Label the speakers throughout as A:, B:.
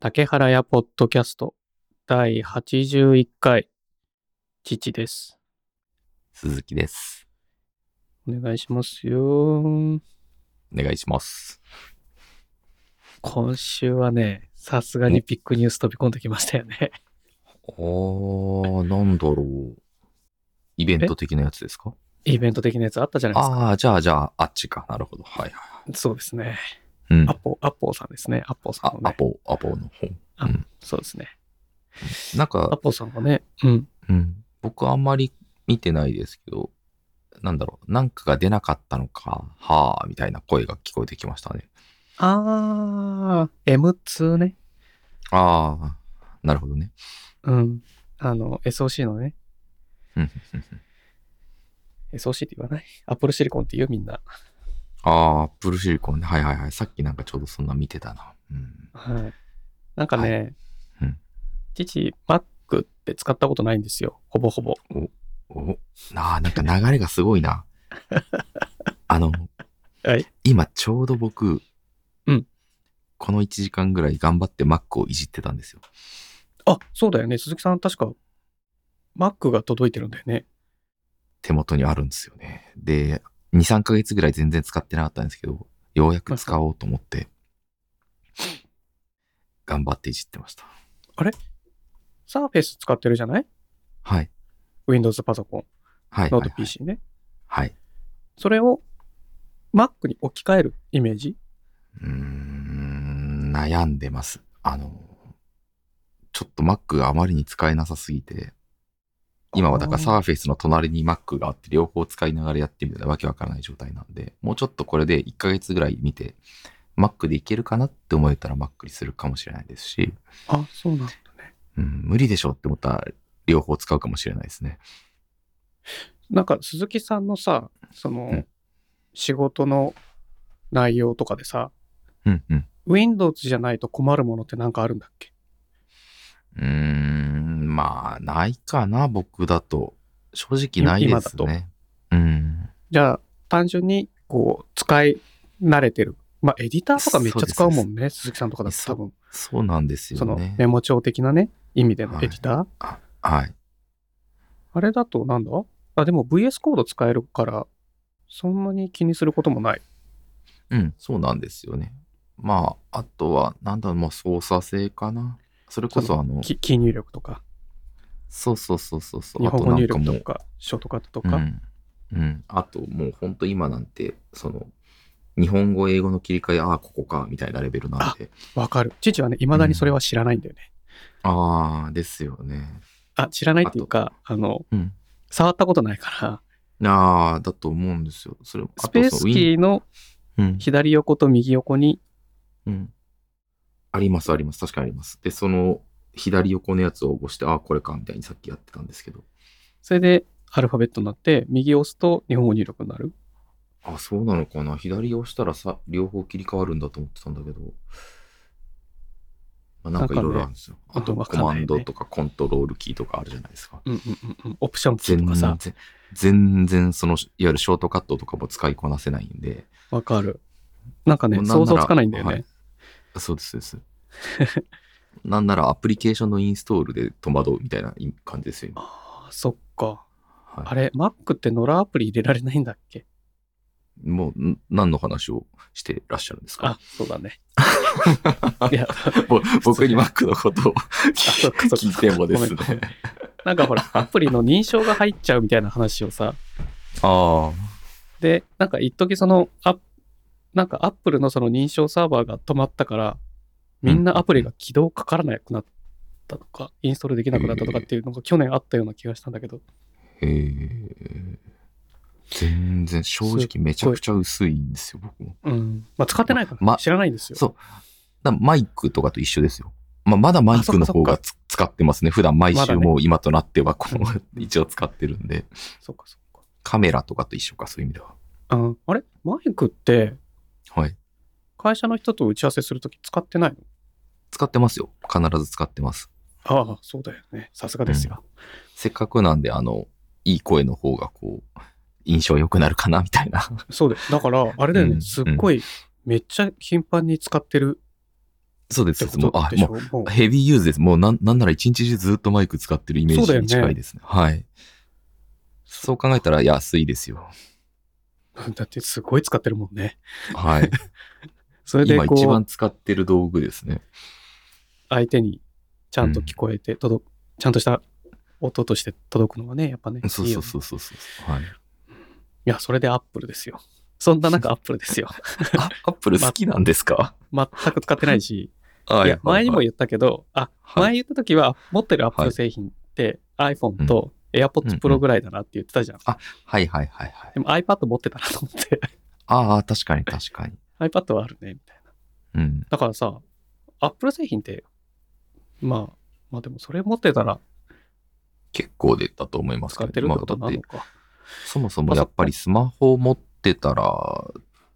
A: 竹原屋ポッドキャスト第81回父です。
B: 鈴木です。
A: お願いしますよ。
B: お願いします。
A: 今週はね、さすがにビッグニュース飛び込んできましたよ ね。
B: おー、なんだろう。イベント的なやつですか
A: イベント的なやつあったじゃないですか。
B: ああ、じゃあじゃあ、あっちか。なるほど。はいは
A: そうですね。
B: い。うん。
A: ア
B: あ、
A: ポ、アポさんですね。アポさんの
B: ア
A: ね。
B: ポ、アポの方。
A: そうですね。
B: なん
A: ア
B: か、
A: ポさんはね、うん。
B: うん。僕あんまり見てないですけど、なんだろう。なんかが出なかったのか、はあ、みたいな声が聞こえてきましたね。
A: あー、M2 ね。
B: ああ、なるほどね。
A: うん。あの、SOC のね。
B: うんうんうんうん
A: SOC って言わないアップルシリコンって言うみんな。
B: ああ、アップルシリコンね。はいはいはい。さっきなんかちょうどそんな見てたな。うん。
A: はい。なんかね、
B: はいうん
A: 父、Mac って使ったことないんですよ。ほぼほぼ。
B: お、なあ、なんか流れがすご いな。あの、
A: はい。
B: 今ちょうど僕、
A: うん
B: この1時間ぐらい頑張って Mac をいじってたんですよ。
A: あ、そうだよね。鈴木さん、確か、Mac が届いてるんだよね。
B: 手元にあるんですよね。で、2、3ヶ月ぐらい全然使ってなかったんですけど、ようやく使おうと思って、頑張っていじってました。
A: Surface 使ってるじゃない
B: はい。
A: ?Windows パソコン、
B: はい。
A: ノート
B: はい
A: PC ね。
B: はい。
A: それを Mac に置き換えるイメージ
B: うーん、悩んでます。あの、ちょっと Mac があまりに使えなさすぎて、今はだからサーフェイスの隣に Mac があって両方使いながらやってみたいなわけわからない状態なんで、もうちょっとこれで1ヶ月ぐらい見て、Mac でいけるかなって思えたら Mac にするかもしれないですし、
A: あ、そうなんだね。
B: うん、無理でしょうって思ったら両方使うかもしれないですね。
A: なんか、鈴木さんのさ、その、
B: うん
A: 仕事の内容とかでさ、
B: うんうん。
A: Windows じゃないと困るものってなんかあるんだっけ
B: うーん、まあ、ないかな、僕だと。正直ないです
A: 今
B: ね。うん。
A: じゃあ、単純に、こう、使い慣れてる。まあ、エディターとかめっちゃ使うもんね、鈴木さんとかだと多分。
B: そうなんですよ
A: その
B: ね。
A: メモ帳的なね、意味での
B: は
A: エ
B: い
A: ディター。
B: はい。
A: あれだとなんだあ、でも VS コード使えるから、そんなに気にすることもない。
B: うん、そうなんですよね。まあ、あとは、なんだろう、もう操作性かな。それこそ、あの、
A: き記入力とか、
B: そうそうそうそうそう、
A: 日
B: あ
A: 本
B: と
A: 語
B: な
A: 入
B: んか
A: 力
B: も
A: と
B: う、
A: か、ショートカットと
B: う
A: か。
B: ん、うん、あともう本当今なんて、その、日本語、英語の切り替え、ああ、ここか、みたいなレベルなんで。
A: わ、かる。父はね、未だにそれは知らないんだよね。
B: ああ、ですよね。
A: あ、知らないっていうか、あの、
B: うん。
A: 触ったことないから、
B: ああ、だと思うんですよ。それ、あ
A: スペー
B: と
A: ス
B: そのウ
A: キ
B: ィン
A: ーの
B: うん、
A: 左横と右横に、
B: うん。あります、あります。確かにあります。で、その、左横のやつを押して、ああ、これか、みたいにさっきやってたんですけど。
A: それでアルファベットになって、右押すと日本語入力になる。
B: あ、そうなのかな。左押したらさ、両方切り替わるんだと思ってたんだけど。まあ、なんかいろいろあるんですよ。
A: なんかね
B: あと、
A: わ
B: コ
A: かんな
B: マ
A: いね
B: ンドとかコントロールキーとかあるじゃないですか。
A: うんうんうんうん。オプションキー
B: 全
A: とかさ
B: 然、、全然その、いわゆるショートカットとかも使いこなせないんで。
A: わかる。なんかね、
B: もう
A: 想
B: んな
A: 像
B: ら
A: つかないんだよね。
B: はいそうです、そうです。 なんならアプリケーションのインストールで戸惑うみたいない感じですよ、今。
A: あそっか。
B: はい
A: あれ、Mac ってノラアプリ入れられないんだっけ
B: もうん何の話をしてらっしゃるんですか
A: あ、そうだね。 いや、
B: ぼ僕に Mac のことを
A: そっかそっか
B: 聞いてもです
A: ごめん
B: ね。
A: なんかほら、アプリの認証が入っちゃうみたいな話をさ、
B: ああ。
A: で、なんか一時その、あなんか Apple のその認証サーバーが止まったから、みんなアプリが起動かからなくなったとか、インストールできなくなったとかっていうのが去年あったような気がしたんだけど、
B: えー、全然正直めちゃくちゃ薄いんですよ、僕も。
A: うん。まあ使ってないから、
B: ま
A: 知らないんですよ。
B: そう。だからマイクとかと一緒ですよ。まあ、まだマイクの方
A: あ
B: がつ使ってますね。普段毎
A: まだ
B: 週
A: ね
B: もう今となってはこう 一応使ってるんで。
A: そっかそっか。
B: カメラとかと一緒か、そういう意味では。
A: ああれマイクって、
B: はい。
A: 会社の人と打ち合わせするとき使ってないの
B: 使ってますよ。必ず使ってます。
A: ああ、そうだよね。さすがですよ。
B: せっかくなんで、あの、いい声の方がこう、印象良くなるかな、みたいな。
A: そうです。だから、あれだよ
B: う
A: ね。
B: ん
A: すっごい、めっちゃ頻繁に使ってる
B: そうです。
A: って
B: もう、
A: こと
B: あ
A: で、しょ
B: もう、ヘビーユーズです。もうなん、なんなら一日中ずっとマイク使ってるイメージに近いですね。はい。そう考えたら安いですよ。
A: うんだってすごい使ってるもんね。
B: はい。
A: それで
B: 今
A: こ
B: 一番
A: う、
B: 使ってる道具ですね。
A: 相手にちゃんと聞こえて、届くちゃんとした音として届くのがね、やっぱね。
B: そう
A: いいよ
B: そう
A: ね
B: そうそうそう。はい。
A: いや、それでアップルですよ。そんな中アップルです よ。
B: あ、アップル好きなんで すか、
A: 全く使ってないし、
B: はいい
A: や、前にも言ったけど、あ、
B: はい
A: 前言った時は、持ってるアップル製品って iPhone と AirPods Pro ぐらいだなって言ってたじゃん。
B: はいはいはいはい。
A: でも iPad 持ってたなと思って、
B: ああ、確かに確かに。
A: iPad はあるね、みたいな。
B: うん。
A: だからさ、Apple 製品って、まあ、まあでもそれ持ってたら
B: 結構でだと思います
A: 使
B: け
A: っ
B: ど
A: てるっ
B: ま
A: て
B: あ
A: ことな
B: だ
A: の
B: って
A: か。
B: そもそもやっぱりスマホを持ってたら、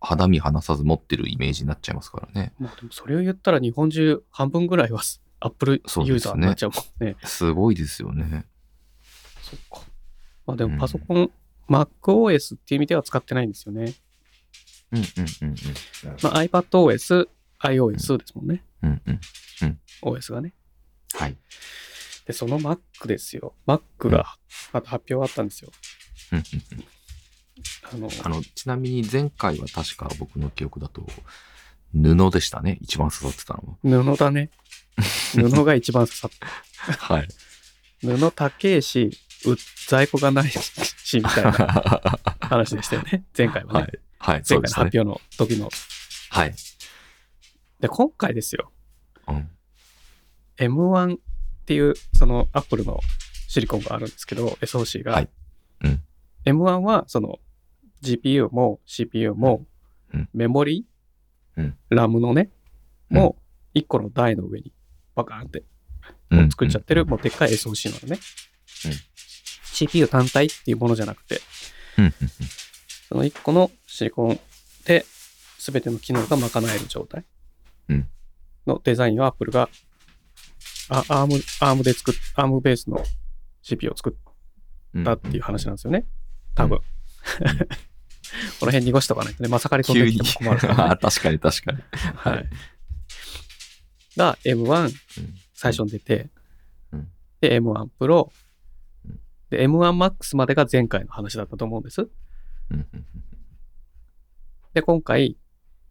B: 肌身離さず持ってるイメージになっちゃいますからね。
A: まあでもそれを言ったら日本中半分ぐらいは Apple
B: そう
A: ユ
B: で
A: ー
B: す
A: ザー
B: ね
A: になっちゃうもんね。
B: すごいですよね。
A: そっか。まあでもパソコン、MacOS っていう意味では使ってないんですよね。
B: うんうんうん
A: まあ、iPadOS、iOS ですもんね。
B: うん。うんうん。
A: OS がね。
B: はい。
A: で、その Mac ですよ。Mac が、また発表があったんですよ。
B: うんうん
A: あの、
B: あの、ちなみに前回は確か僕の記憶だと、布でしたね。一番刺さってたの
A: 布だ ね。布が一番刺さった。
B: は。はい。
A: 布高えし、う在庫がないし、みたいな
B: は
A: 話でしたよ ね。前回はね。
B: い。はい。そ
A: 前
B: う
A: 回の
B: ですね。
A: 発表の時の。
B: はい。
A: で、今回ですよ。
B: うん。
A: M1 っていう、その Apple のシリコンがあるんですけど、SOC が。
B: はいうん
A: M1 は、その GPU も CPU も
B: うん、
A: メモリ、
B: うん
A: ラムのね、
B: うん
A: もう1個の台の上にバカーンって
B: うん
A: 作っちゃってる、もうでっかい SOC なのね。
B: うん
A: CPU 単体っていうものじゃなくて、
B: うんうん
A: その1個のシリコンで全ての機能が賄える状態
B: うん
A: のデザインを Apple があアームアームで作っ、アームベースの CPU を作っ
B: うん
A: たっていう話なんですよね。多 分。
B: う
A: この辺濁しとかないとね、まさかり飛ん
B: 急
A: でき
B: に
A: ても困るからね、
B: あ確かに 確かに。
A: は
B: はいい。
A: が M1
B: うん
A: 最初に出て、
B: うん
A: で M1 Pro
B: うん
A: で M1 Max までが前回の話だったと思うんです。
B: うんうん
A: で今回、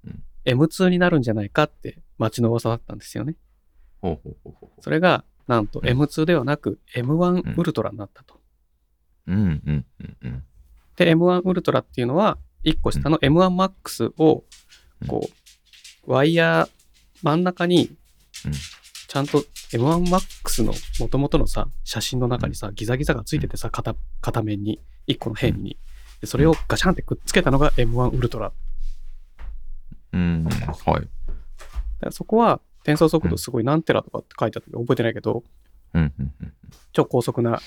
B: うん
A: M2 になるんじゃないかって街の噂だったんですよね。
B: ほうほうほうほう。
A: それがなんと
B: うん
A: M2 ではなく
B: う
A: M1
B: ん
A: ウルトラになったと。
B: うんうんうんうん。
A: で M1 ウルトラっていうのは1個下の M1 Max をこうワイヤー真ん中に
B: うん
A: ちゃんと M1MAX の元々のさ、写真の中にさ、ギザギザがついててさ、片片面に、一個の平面に。で、それをガシャンってくっつけたのが M1 ウルトラ。だ
B: うん。はい。
A: からそこは、転送速度すごい何テラとかって書いてあったけど、覚えてないけど、
B: うんうんうん
A: 超高速な、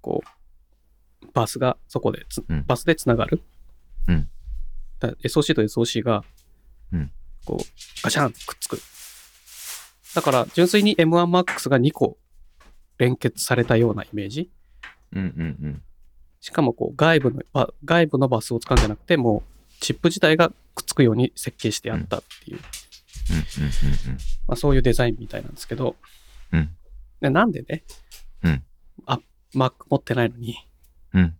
A: こう、バスがそこでつ、
B: うん
A: バスでつながる。
B: うん
A: だから SOC と SOC が、
B: うん
A: こう、ガシャンってくっつく。だから、純粋に M1MAX が2個連結されたようなイメージ。
B: うんうん
A: しかもこう外部のバ外部のバスを使うんじゃなくてもうチップ自体がくっつくように設計してあったっていう、まあ、そういうデザインみたいなんですけど、
B: うん
A: でなんでね、
B: うん
A: あ Mac 持ってないのに
B: うんうん。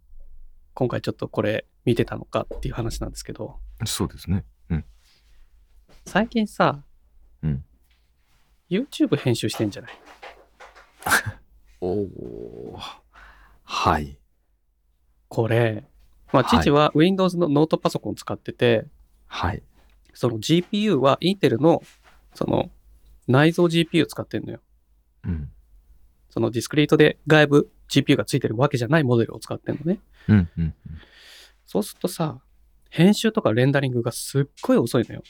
A: 今回ちょっとこれ見てたのかっていう話なんですけど
B: うん。そうですね。
A: 最近さ、
B: うん、
A: YouTube 編集してんじゃない
B: おお。はい。
A: これ、まあ、
B: はい
A: 父は Windows のノートパソコン使ってて、
B: はい。
A: その GPU はインテルのその内蔵 GPU 使ってんのよ
B: うん。
A: そのディスクリートで外部 GPU がついてるわけじゃないモデルを使ってんのね。
B: うんうん。
A: そうするとさ、編集とかレンダリングがすっごい遅いのよ。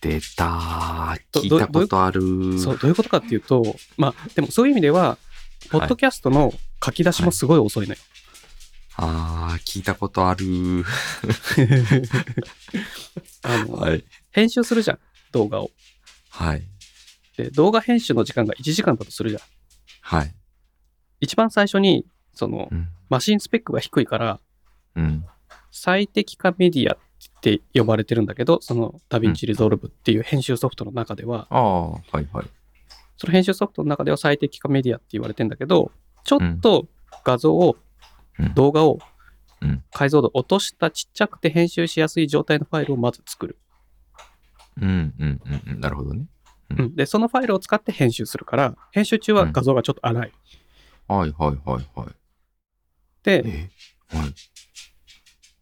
B: 出たー。
A: ど
B: 聞いたことある
A: そう、どういうことかっていうと、まあ、でもそういう意味では、ポッドキャストの書き出しもすごい遅いのよ。
B: あー、聞いたことあるー。
A: あの、
B: い。
A: 編集するじゃん、動画を。
B: はい。
A: で、動画編集の時間が1時間だとするじゃん。
B: はい。
A: 一番最初に、その
B: う、ん。
A: マシンスペックが低いから、
B: うん。
A: 最適化メディアっって呼ばれてるんだけど、そのダヴィンチリゾルブっていう編集ソフトの中では、
B: ああ、はいはい。
A: その編集ソフトの中では最適化メディアって言われてんだけど、ちょっと画像を、
B: うん
A: 動画を
B: うん
A: 解像度落としたちっちゃくて編集しやすい状態のファイルをまず作る。
B: うんうんうんうん。なるほどね。う
A: うんん、で、そのファイルを使って編集するから、編集中は画像がちょっと荒い。
B: はいはいはいはい。
A: で、
B: えはい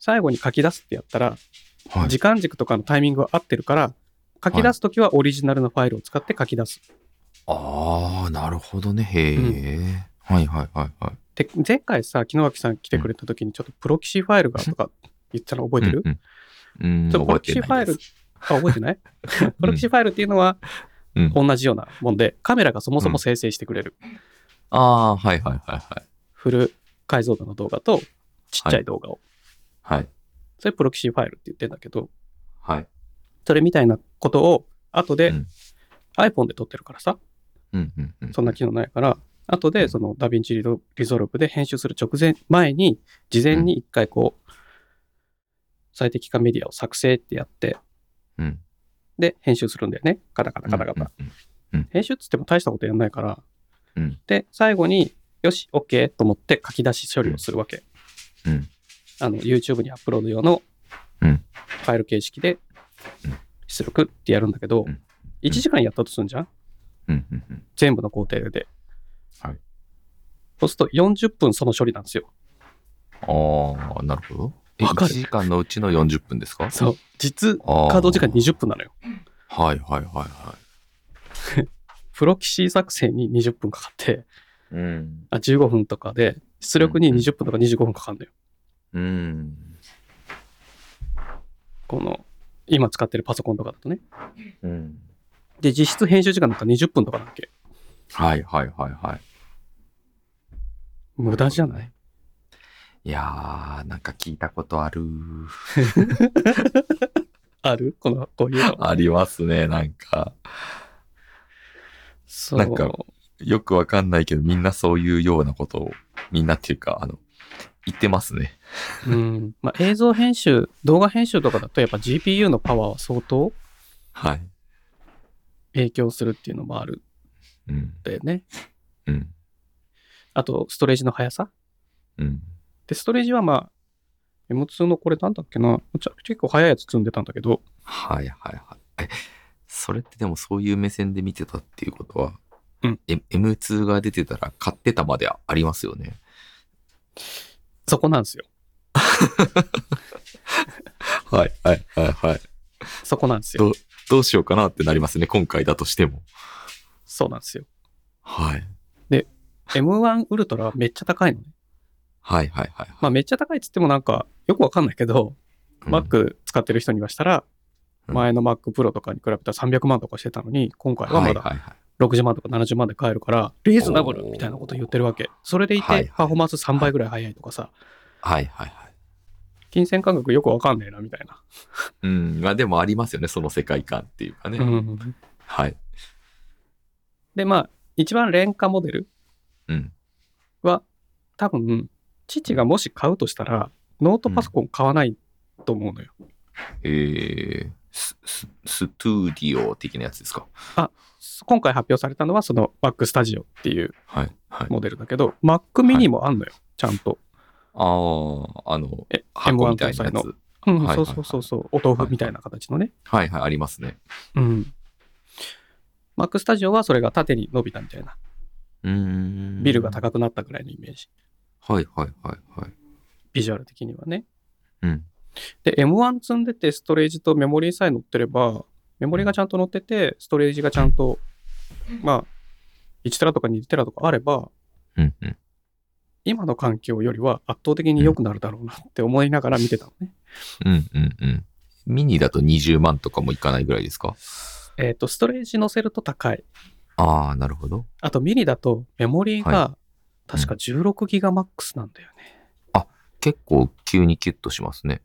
A: 最後に書き出すってやったら、
B: はい。
A: 時間軸とかのタイミングは合ってるから、書き出すときはオリジナルのファイルを使って書き出す。
B: ああ、なるほどね。へえ、はいはいはいはい。
A: で、前回さ、木野脇さん来てくれたときに、ちょっとプロキシファイルがと か言ったの覚えてる、
B: うんうん、うん
A: ちょっと
B: 覚えてないです。
A: あ、覚え てないプロキシファイルっていうのは
B: うん
A: 同じようなもんで、カメラがそもそも生成してくれる。
B: ああー、はいはいはいはい。
A: フル解像度の動画とちっちゃい動画を。
B: はい。
A: それプロキシファイルって言ってんだけど、
B: はい。
A: それみたいなことを後で、
B: うん
A: iPhone で撮ってるからさ、
B: うんうんうん。
A: そんな機能ないから、後
B: う
A: で
B: ん
A: そのダヴィンチリゾリゾルブで編集する直前、前に、事前に一回こう、最適化メディアを作成ってやって、
B: うん。
A: で、編集するんだよね。カタカタカタカタ。
B: うん
A: 編集っつっても大したことやんないから、
B: うん
A: で最後によし OK と思って書き出し処理をするわけ、
B: うん
A: あの YouTube にアップロード用の
B: う
A: フ
B: ん
A: ァイル形式で
B: うん
A: 出力ってやるんだけど、
B: うん
A: 1時間やったとするんじゃん
B: うんうんうん。
A: 全部の工程で、
B: はい
A: そうすると40分その処理なんですよ
B: ああ、なるほど。え、
A: わか
B: 1
A: る
B: 時間のうちの40分ですか
A: そう実
B: あー
A: 稼働時間20分なのよ
B: はいはいはいは
A: プロキシー作成に20分かかって
B: い。うん。
A: あ15分とかで出力に20分とか25分かかるんだよ
B: うん。
A: この今使ってるパソコンとかだとね。
B: うん。
A: で、実質編集時間なんか20分とかなわけ。
B: はいはいはいはい。
A: 無駄じゃない
B: いやー、なんか聞いたことある。
A: あるこの、こういうの。
B: ありますね、なんか。
A: そう。
B: なんかよくわかんないけど、みんなそういうようなことを、みんなっていうか、あの、言ってますね。
A: うん。まあ、映像編集、動画編集とかだとやっぱ GPU のパワーは相当
B: はい。
A: 影響するっていうのもある
B: うん
A: ん。だよね。
B: うん。
A: あと、ストレージの速さ。
B: うん。
A: で、ストレージはまあ、M2 のこれなんだっけな。ちょ結構速いやつ積んでたんだけど、
B: はいはいはい。え、それってでもそういう目線で見てたっていうことは、
A: うん
B: え M2 が出てたら買ってたまでありますよね。
A: そこなんですよ。
B: はいはいはいはい。
A: そこなんです
B: ど
A: よ。
B: うどうしようかなってなりますね、今回だとしても。
A: そうなんですよ。
B: はい。
A: M1 ウルトラはめっちゃ高いのね。
B: はいはいはい、
A: まあ、めっちゃ高いっつってもなんか、よくわかんないけど、
B: はい。
A: Mac 使ってる人にはしたら、
B: うん
A: 前の Mac Pro とかに比べたら300万とかしてたのに、今回
B: うん
A: は
B: は
A: ま
B: い
A: だ
B: はいはい。
A: 60万とか70万で買えるから、リーズナブル
B: おー
A: みたいなこと言ってるわけ。それでい
B: はいはい
A: て、パフォーマンス3倍ぐらい速いとかさ、
B: はいはいはい。
A: 金銭感覚よくわかんねえな、みたいな。
B: うん。まあでもありますよね、その世界観っていうかね。
A: うん
B: はい。
A: で、まあ、一番廉価モデル
B: うん。
A: は、多分、父がもし買うとしたら、ノートパソコン買わないと思うのよ。
B: えー、ス、ス、ストゥーディオ的なやつですか。
A: 今回発表されたのは、その Mac Studio っていう
B: はい。はい。
A: モデルだけど、Mac mini もあんのよ、ちゃんと。
B: ああ、あの、
A: え
B: 箱
A: M1
B: みたいなや
A: 搭載
B: つ。
A: う
B: はい
A: ん、
B: はい
A: そ
B: はいう
A: そうそうそう、お豆腐みたいな形のね。
B: はいはい、ありますね。
A: うん。マックスタジオはそれが縦に伸びたみたいな、
B: うーん。
A: ビルが高くなったぐらいのイメージ、
B: はいはいはいはい。
A: ビジュアル的にはね。
B: うん。
A: で、M1 積んでて、ストレージとメモリーさえ乗ってれば、メモリーがちゃんと乗ってて、ストレージがちゃんと、まあ、1テラとか2テラとかあれば、
B: うんうん。
A: 今の環境よりは圧倒的に良くなるだろうなって思いながら見てたのね。
B: うんうんうん。ミニだと20万とかもいかないぐらいですか
A: えっ、と、ストレージ乗せると高い。
B: ああ、なるほど。
A: あと、ミニだとメモリーが確か16ギガマックスなんだよね。
B: 結構急にキュッとしますね。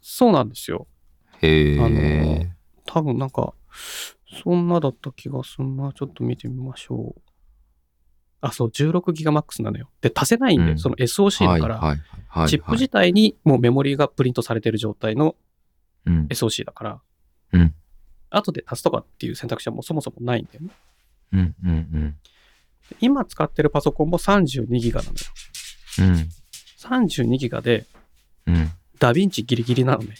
A: そうなんですよ。
B: へえ。
A: あのー多分なんか、そんなだった気がすんな。ちょっと見てみましょう。あ、そう、16ギガマックスなのよ。で、足せないんで、
B: うん
A: その SOC だから、
B: はいはいはいはい、
A: チップ自体にもうメモリーがプリントされてる状態の
B: うん
A: SOC だから、
B: うん
A: 後で足すとかっていう選択肢はもうそもそもないんだよね。
B: うんうん
A: で今使ってるパソコンも32ギガなのよ。
B: うん
A: 32ギガで、
B: うん
A: ダヴィンチギリギリなのね。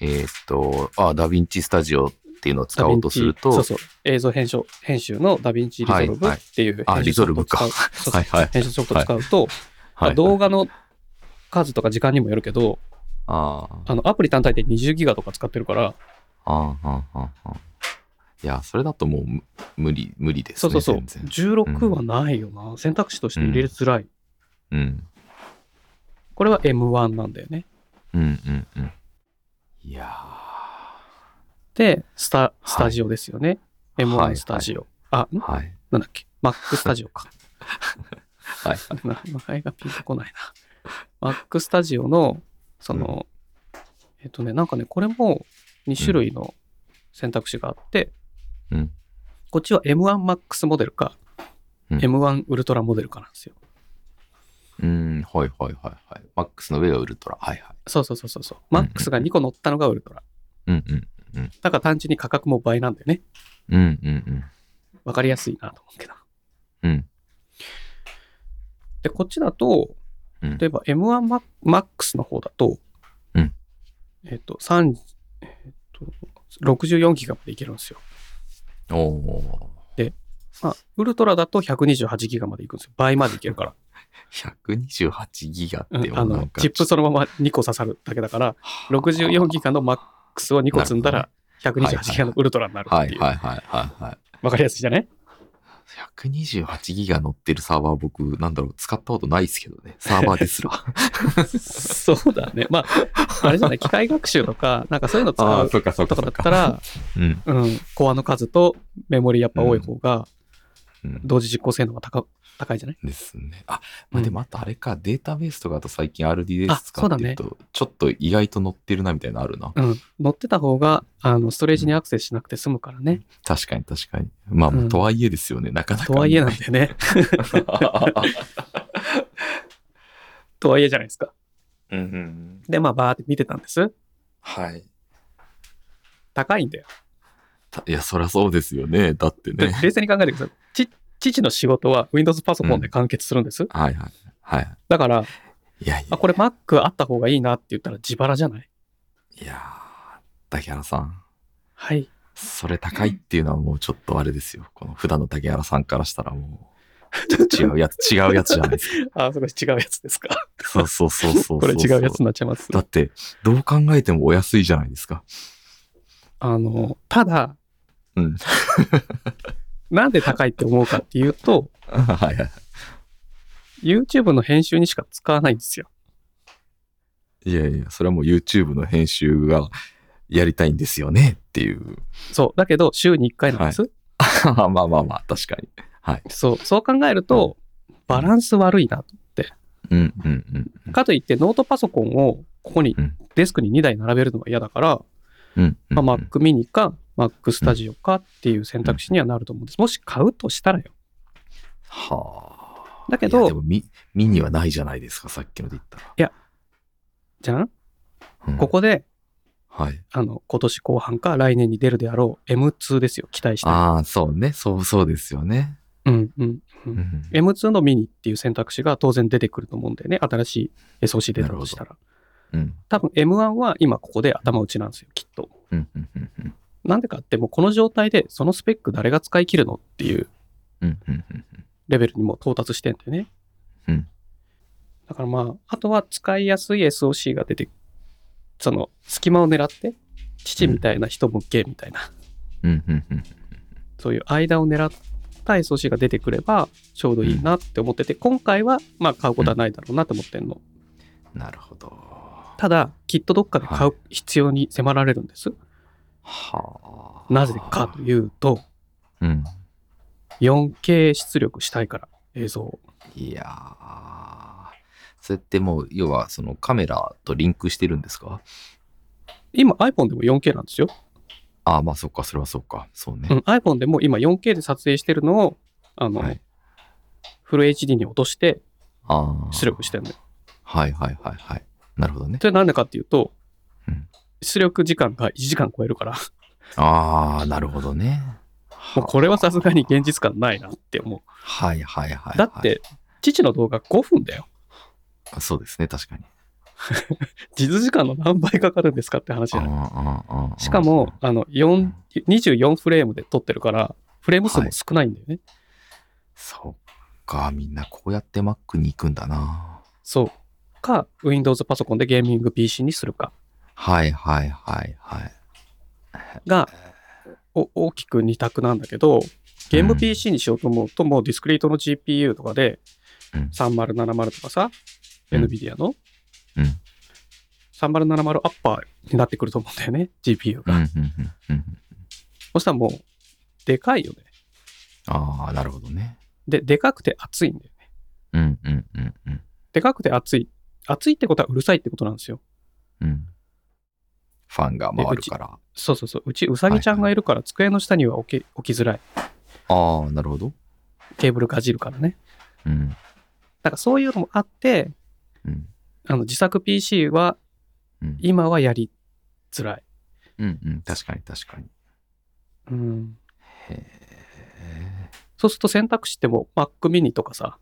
B: えーっとあダヴィンチスタジオっていうのを使おうとすると
A: ダヴィンチそうそう。映像編集編集のダヴィンチリゾルブ
B: はいはい
A: っていう
B: あ
A: 編集ソフトを使う。
B: リゾ
A: そう
B: はいはい
A: 編集ソフトを使うと、まあ
B: はい
A: 動画の数とか時間にもよるけど、
B: あー
A: あのアプリ単体で20ギガとか使ってるから、
B: あーあーあーあーいやそれだともうむ無理無理です
A: そ
B: ね
A: うそうそう、
B: 全然
A: 16はないよな。選択肢として入れづらい。
B: うん
A: これは M1 なんだよね。
B: うんうんうんいや
A: で、スタスタジオですよね。
B: はい
A: M1 スタジオ。
B: ー
A: あ、ん
B: はい
A: なんだっけ ?Mac スタジオか。
B: はい
A: な名前がピンとこないな。Mac スタジオの、その、えっとね、なんかね、これも2種類の選択肢があって、
B: うん
A: こっちは M1MAX モデルか、
B: うん
A: M1 ウルトラモデルかなんですよ。
B: うんはいはいはいはいマックスの上がウルトラはいはい
A: そうそうそうそうそう。
B: うん
A: MAX が2個乗ったのがウルトラ。
B: うんうん
A: だから単純に価格も倍なんだよね。
B: うんうん
A: わかりやすいなと思うけど。
B: うんうん
A: で、こっちだと、
B: うん
A: 例えば M1MAX の方だと、
B: うん
A: えっと、3、えっと、64ギガまでいけるんですよ。
B: おお
A: まあ、ウルトラだと128ギガまでいくんですよ。倍までいける から。
B: 128ギガ
A: う
B: って
A: ん、
B: も
A: あ
B: うな
A: の
B: ん、か
A: チップそのまま2個刺さるだけだから、64ギガのマックスを2個積んだら、128ギガのウルトラになるっ
B: は
A: てい。
B: いう
A: わ
B: はいはいはいはい
A: かりやすいじゃ ない
B: 128ギガ乗ってるサーバー僕、なんだろう、使ったことないですけどね。サーバーで すら。
A: そうだね。まあ、あれじゃない、機械学習とか、なんかそういうの使う
B: そうかそう
A: とかだった。ら、
B: うん。
A: うん、コアの数とメモリやっぱ多い方が、
B: うん
A: 同時実行性能が高高いじゃない
B: ですね。あ、まあ、でもあとあれか、データベースとかだと最近 RDS
A: あ
B: 使って
A: そう
B: る
A: だ
B: と、ちょっと意外と乗ってるなみたいなのあるな。
A: うん、乗ってた方が、あの、ストレージにアクセスしなくて済むからね。
B: 確かに確かに。まあ、
A: うん
B: とはいえですよね、なかなか。
A: とはいえなんだよね。 とはいえじゃないですか。
B: うんうん。
A: で、まあ、バーって見てたんです。
B: はい。
A: 高いんだよ。
B: たいや、そりゃそうですよね。だって
A: で
B: ね。
A: 冷静に考えてください。ち父の仕事は Windows パソコンで完結するんです。
B: はいはい。はい。
A: だから、
B: いやい
A: あ、
B: や。
A: これ Mac あった方がいいなって言ったら自腹じゃない
B: いやー竹原さん。
A: はい。
B: それ高いっていうのはもうちょっとあれですよ。この普段の竹原さんからしたらもう違うやつ、違うやつじゃないです
A: あ、それ違うやつですか。
B: か。そうそうそうそうそう
A: これ違うやつになっちゃいます。
B: だって、どう考えてもお安いじゃないですか。
A: あの、ただ、
B: うん。
A: なんで高いって思うかっていうと、
B: はいは
A: YouTube の編集にしか使わないんですよ。
B: い。いやいや、それはもう YouTube の編集がやりたいんですよねっていう。
A: そう。だけど、週に1回なんです。
B: まあまあまあ、確かに。
A: そう。そう考えると、バランス悪いなと。
B: うんうんうん。
A: かといって、ノートパソコンをここに
B: うん、
A: デスクに2台並べるのが嫌だから、
B: うんうんうん、
A: まあ、Mac mini か Mac Studio かっていう選択肢にはなると思うんです。もし買うとしたらよ。
B: はあ。
A: だけ
B: いや
A: ど
B: で、もミ、ミニはないじゃないですか、さっきので言ったら。
A: じゃん
B: うん
A: こ。こで、
B: はい。
A: あの、今年後半か来年に出るであろう M2 ですよ。期待して。
B: ああ、そうね。そうそうですよね。
A: うんうん。う
B: うんん
A: M2 のミニっていう選択肢が当然出てくると思うんだよね。新しい SOC 出たとしたら。
B: うん。
A: 多分 M1 は今ここで頭打ちなんですよ、きっと。
B: うんうんうんうん
A: なんでかって、もうこの状態でそのスペック誰が使い切るのっていう
B: うんうんうん
A: レベルにもう到達してんだよね。
B: うん
A: だからまあ、あとは使いやすい SOC が出て、その隙間を狙って、父みたいな人向けみたいな、
B: うんうんうん
A: そういう間を狙った SOC が出てくればちょうどいいなって思ってて、今回はまあ買うことはないだろうなって思ってんの。
B: なるほど。
A: ただ、きっとどっかで買
B: は
A: う必要に迫られるんです。
B: はあ。
A: なぜかというと、
B: うん。
A: 4K 出力したいから、映像を。
B: いやー。それってもう、要はそのカメラとリンクしてるんですか
A: 今 iPhone でも 4K なんですよ。
B: ああ、まあそっか、それはそっか。そうね。
A: うん、iPhone でも今 4K で撮影してるのを、あの、
B: はい
A: フル HD に落として
B: ああ。
A: 出力してるのよ。
B: はいはいはいはい。なるほどね。
A: それなんでかっていうと、
B: うん
A: 出力時間が1時間超えるから、
B: ああ、なるほどね。
A: もうこれはさすがに現実感ないなって思う。
B: はいはいはいはい。
A: だって、父の動画5分だよ。
B: あ。そうですね、確かに。
A: 実時間の何倍かかるんですかって話じゃない。
B: うんうんうんうん
A: しかも、、あの、4 24フレームで撮ってるから、フレーム数も少ないんだよね。
B: そっか、みんなこうやって Mac に行くんだな。
A: そう。か、Windows パソコンでゲーミング PC にするか
B: はいはいはいはい。
A: が、お大きく2択なんだけど、ゲーム PC にしようと思うと、もうディスクリートの GPU とかで
B: うん、
A: 3070とかさ、
B: うん
A: NVIDIA の、
B: うん
A: 3070アッパーになってくると思うんだよね、GPU
B: うん
A: が。
B: うんうんうん
A: そしたらもう、でかいよね。
B: ああ、なるほどね。
A: で、でかくて熱いんだよね。
B: うんうんうんうん
A: でかくて熱い。熱いってことはうるさいってことなんですよ。
B: うん。ファンが回るから。
A: そうそうそう。うちうさぎちゃんがいるから机の下には置き置きづらい。
B: ああ、なるほど。
A: ケーブルかじるからね。
B: うん
A: なんかそういうのもあって、
B: うん
A: あの自作 PC は
B: うん
A: 今はやりづらい。
B: うんうん、確かに確かに。
A: うん。
B: へえ。
A: そうすると選択肢ってもう Mac mini とかさ、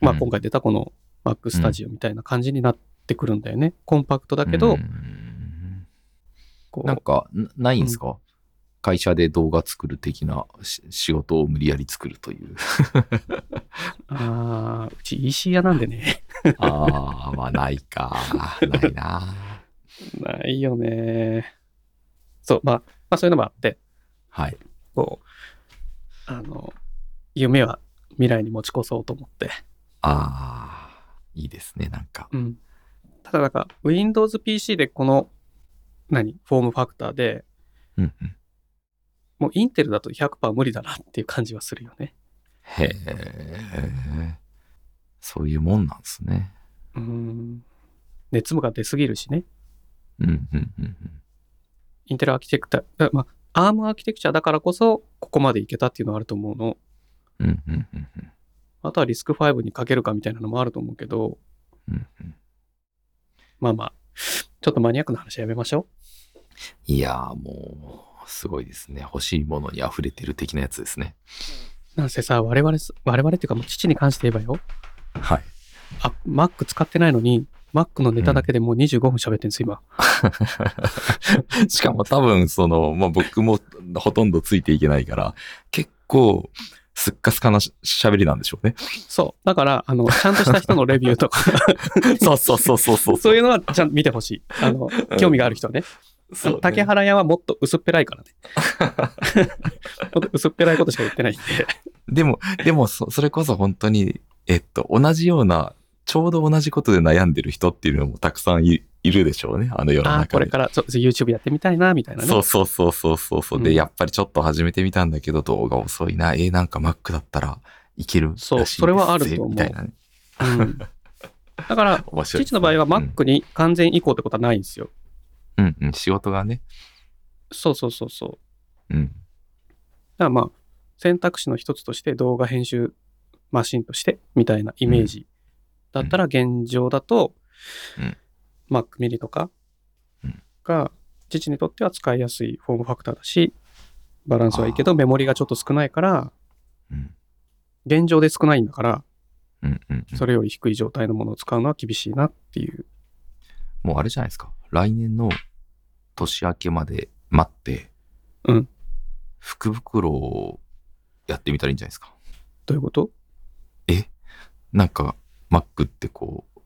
A: まあ
B: うん
A: 今回出たこの Mac Studio みたいな感じになってくるんだよね。コンパクトだけど、
B: うん
A: こ
B: なん
A: う、
B: か、なないんですか、会社で動画作る的なし仕事を無理やり作るという。
A: あーうち EC 屋なんでね。
B: ああ、まあない か。ないな。
A: ないよね。そう、まあ、まあそういうのもあって、
B: はい。
A: こう、あの、夢は未来に持ち越そうと思って。
B: ああ、いいですね、なんか。
A: うん。ただなんか、Windows PC でこの、何フォームファクターで、
B: うんうん、
A: もうインテルだと100%無理だなっていう感じはするよね。
B: へえ。そういうもんなんですね。
A: うん。熱務が出すぎるしね。
B: うんうんうんうん。
A: インテルアーキテクチャ、あまあ、アームアーキテクチャだからこそ、ここまでいけたっていうのはあると思うの。
B: うんうんうんうん
A: あとはリスク5にかけるかみたいなのもあると思うけど、
B: うんうん。
A: まあまあ、ちょっとマニアックな話やめましょ
B: いやーもう、すごいですね。欲しいものに溢れてる的なやつですね。
A: う。なんせさ、我々す、我々っていうかもう父に関して言えばよ、
B: はい。
A: あ、Mac 使ってないのに、Mac のネタだけでもう25分喋ってんす、今。
B: しかも多分、その、まあ、僕もほとんどついていけないから、結構、すっかすかなし喋りなんでしょうね。
A: そう。だから、あの、ちゃんとした人のレビューとか、
B: そうそうそうそう そう。
A: そういうのはちゃんと見てほしい。あ の、興味がある人はね。
B: そうね
A: 竹原屋はもっと薄っぺらいからね。 もっと薄っぺらいことしか言ってないんで。
B: でも、でもそ、それこそ本当に、えっと、同じような、ちょうど同じことで悩んでる人っていうのもたくさんいいるでしょうね、あの世の
A: ああ、
B: 中
A: こ
B: で。
A: れからそう YouTube やってみたいな、みたいなね。
B: そうそうそうそうそうそう。で、
A: うん
B: やっぱりちょっと始めてみたんだけど、動画遅いな。えーなんか Mac だったらいけるらしいです
A: そうそれはあると思う
B: みたいなね。
A: うんだ から、
B: 面白いですね、
A: 父の場合は Mac に完全移行ってことはないんですよ。
B: うん、うんうん、仕事がね。
A: そうそうそうそう。
B: うん。
A: だからまあ、選択肢の一つとして動画編集マシンとしてみたいなイメージだったら現状だと、
B: うん
A: Mac mini とか
B: うん
A: が父にとっては使いやすいフォームファクターだし、バランスはいいけどメモリがちょっと少ないから、
B: うん。
A: 現状で少ないんだから、
B: うんうん、うん。
A: それより低い状態のものを使うのは厳しいなっていう。
B: もうあれじゃないですか。来年の年明けまで待って、
A: うん。
B: 福袋をやってみたらいいんじゃないですか。
A: どういうこと
B: なんか、Mac ってこう、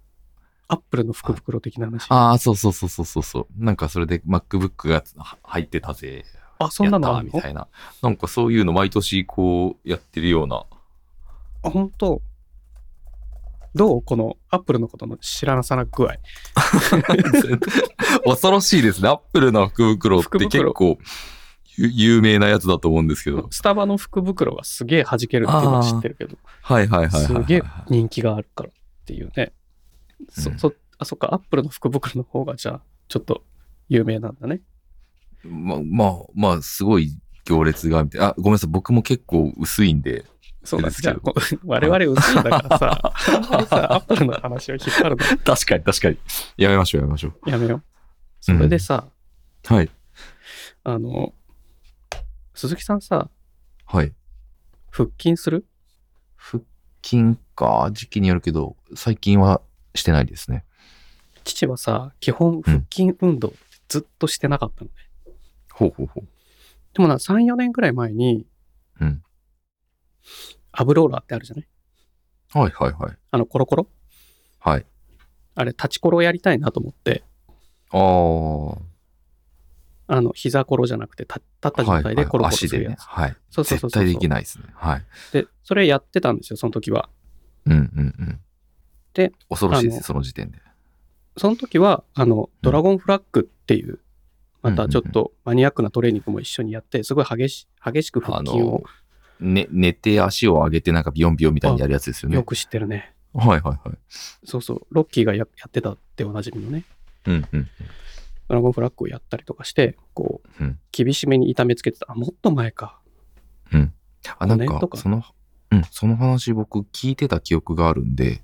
A: アップルの福袋的な話。あ、
B: ああ、そうそうそうそうそうそう。なんかそれで MacBook がは入ってたぜ。
A: そんなの
B: や
A: あ
B: った
A: る
B: み
A: の
B: たいな。なんかそういうの毎年こうやってるよう な。
A: あ、本当どうこのアップルのことの知らなさな具合。
B: 恐ろしいですね。アップルの福袋って
A: 福袋
B: 結構ゆ有名なやつだと思うんですけど。
A: スタバの福袋がすげえ弾けるっていうのは知ってるけど、
B: はいはいはいはいはい、
A: すげえ人気があるからっていうね。そ、
B: うん
A: そ、あ、そっか、アップルの福袋の方がじゃあ、ちょっと有名なんだね。
B: まあまあ、まあ、すごい行列がみたいな。あ、ごめんなさい。僕も結構薄いんで。
A: そうなんです。じゃあ、
B: で
A: こ我々薄いんだからさ、 あんまりさ、アップルの話を引っ張るの
B: 確かに確かに。やめましょうやめましょう。
A: やめよう。それでさ、
B: はい。
A: あの、鈴木さんさ、
B: はい。
A: 腹筋する
B: 腹筋か、時期によるけど、最近はしてないですね。
A: 父はさ、基本腹筋運動ってずっとしてなかったのね。
B: ほうほうほう。
A: でもな、3、4年くらい前に、
B: うん
A: アブローラーってあるじゃない
B: はいはいはい。
A: あの、コロコロ
B: はい。
A: あれ、立ちコロやりたいなと思って、
B: あー。
A: あの、膝コロじゃなくて、立立った状態でコロコロす
B: 足
A: る
B: で
A: や
B: ね。
A: つ。
B: はい。
A: そうそうそ
B: 絶
A: うそう。
B: 対できないですね。はい。
A: で、それやってたんですよ、その時は。
B: うんうんうん。
A: で、
B: 恐ろしいで
A: あ
B: すね、
A: の
B: その時点で。
A: その時は、あの、ドラゴンフラッグっていう、またちょっとマニアックなトレーニングも一緒にやって、すごい激し激しく腹
B: あ
A: 筋
B: の
A: を、
B: ね、寝て足を上げてなんかビヨンビヨンみたいにやるやつですよね。
A: よ
B: はい
A: く知ってるね。
B: はいはい。
A: そうそう、ロッキーがややってたっておなじみのね、
B: うんうん。
A: ドラゴンフラッグをやったりとかして、こう、
B: うん
A: 厳しめに痛めつけてた。あ、もっと前か。
B: あ、なん
A: 五年
B: か
A: と、か
B: その、うん、その話僕聞いてた記憶があるんで、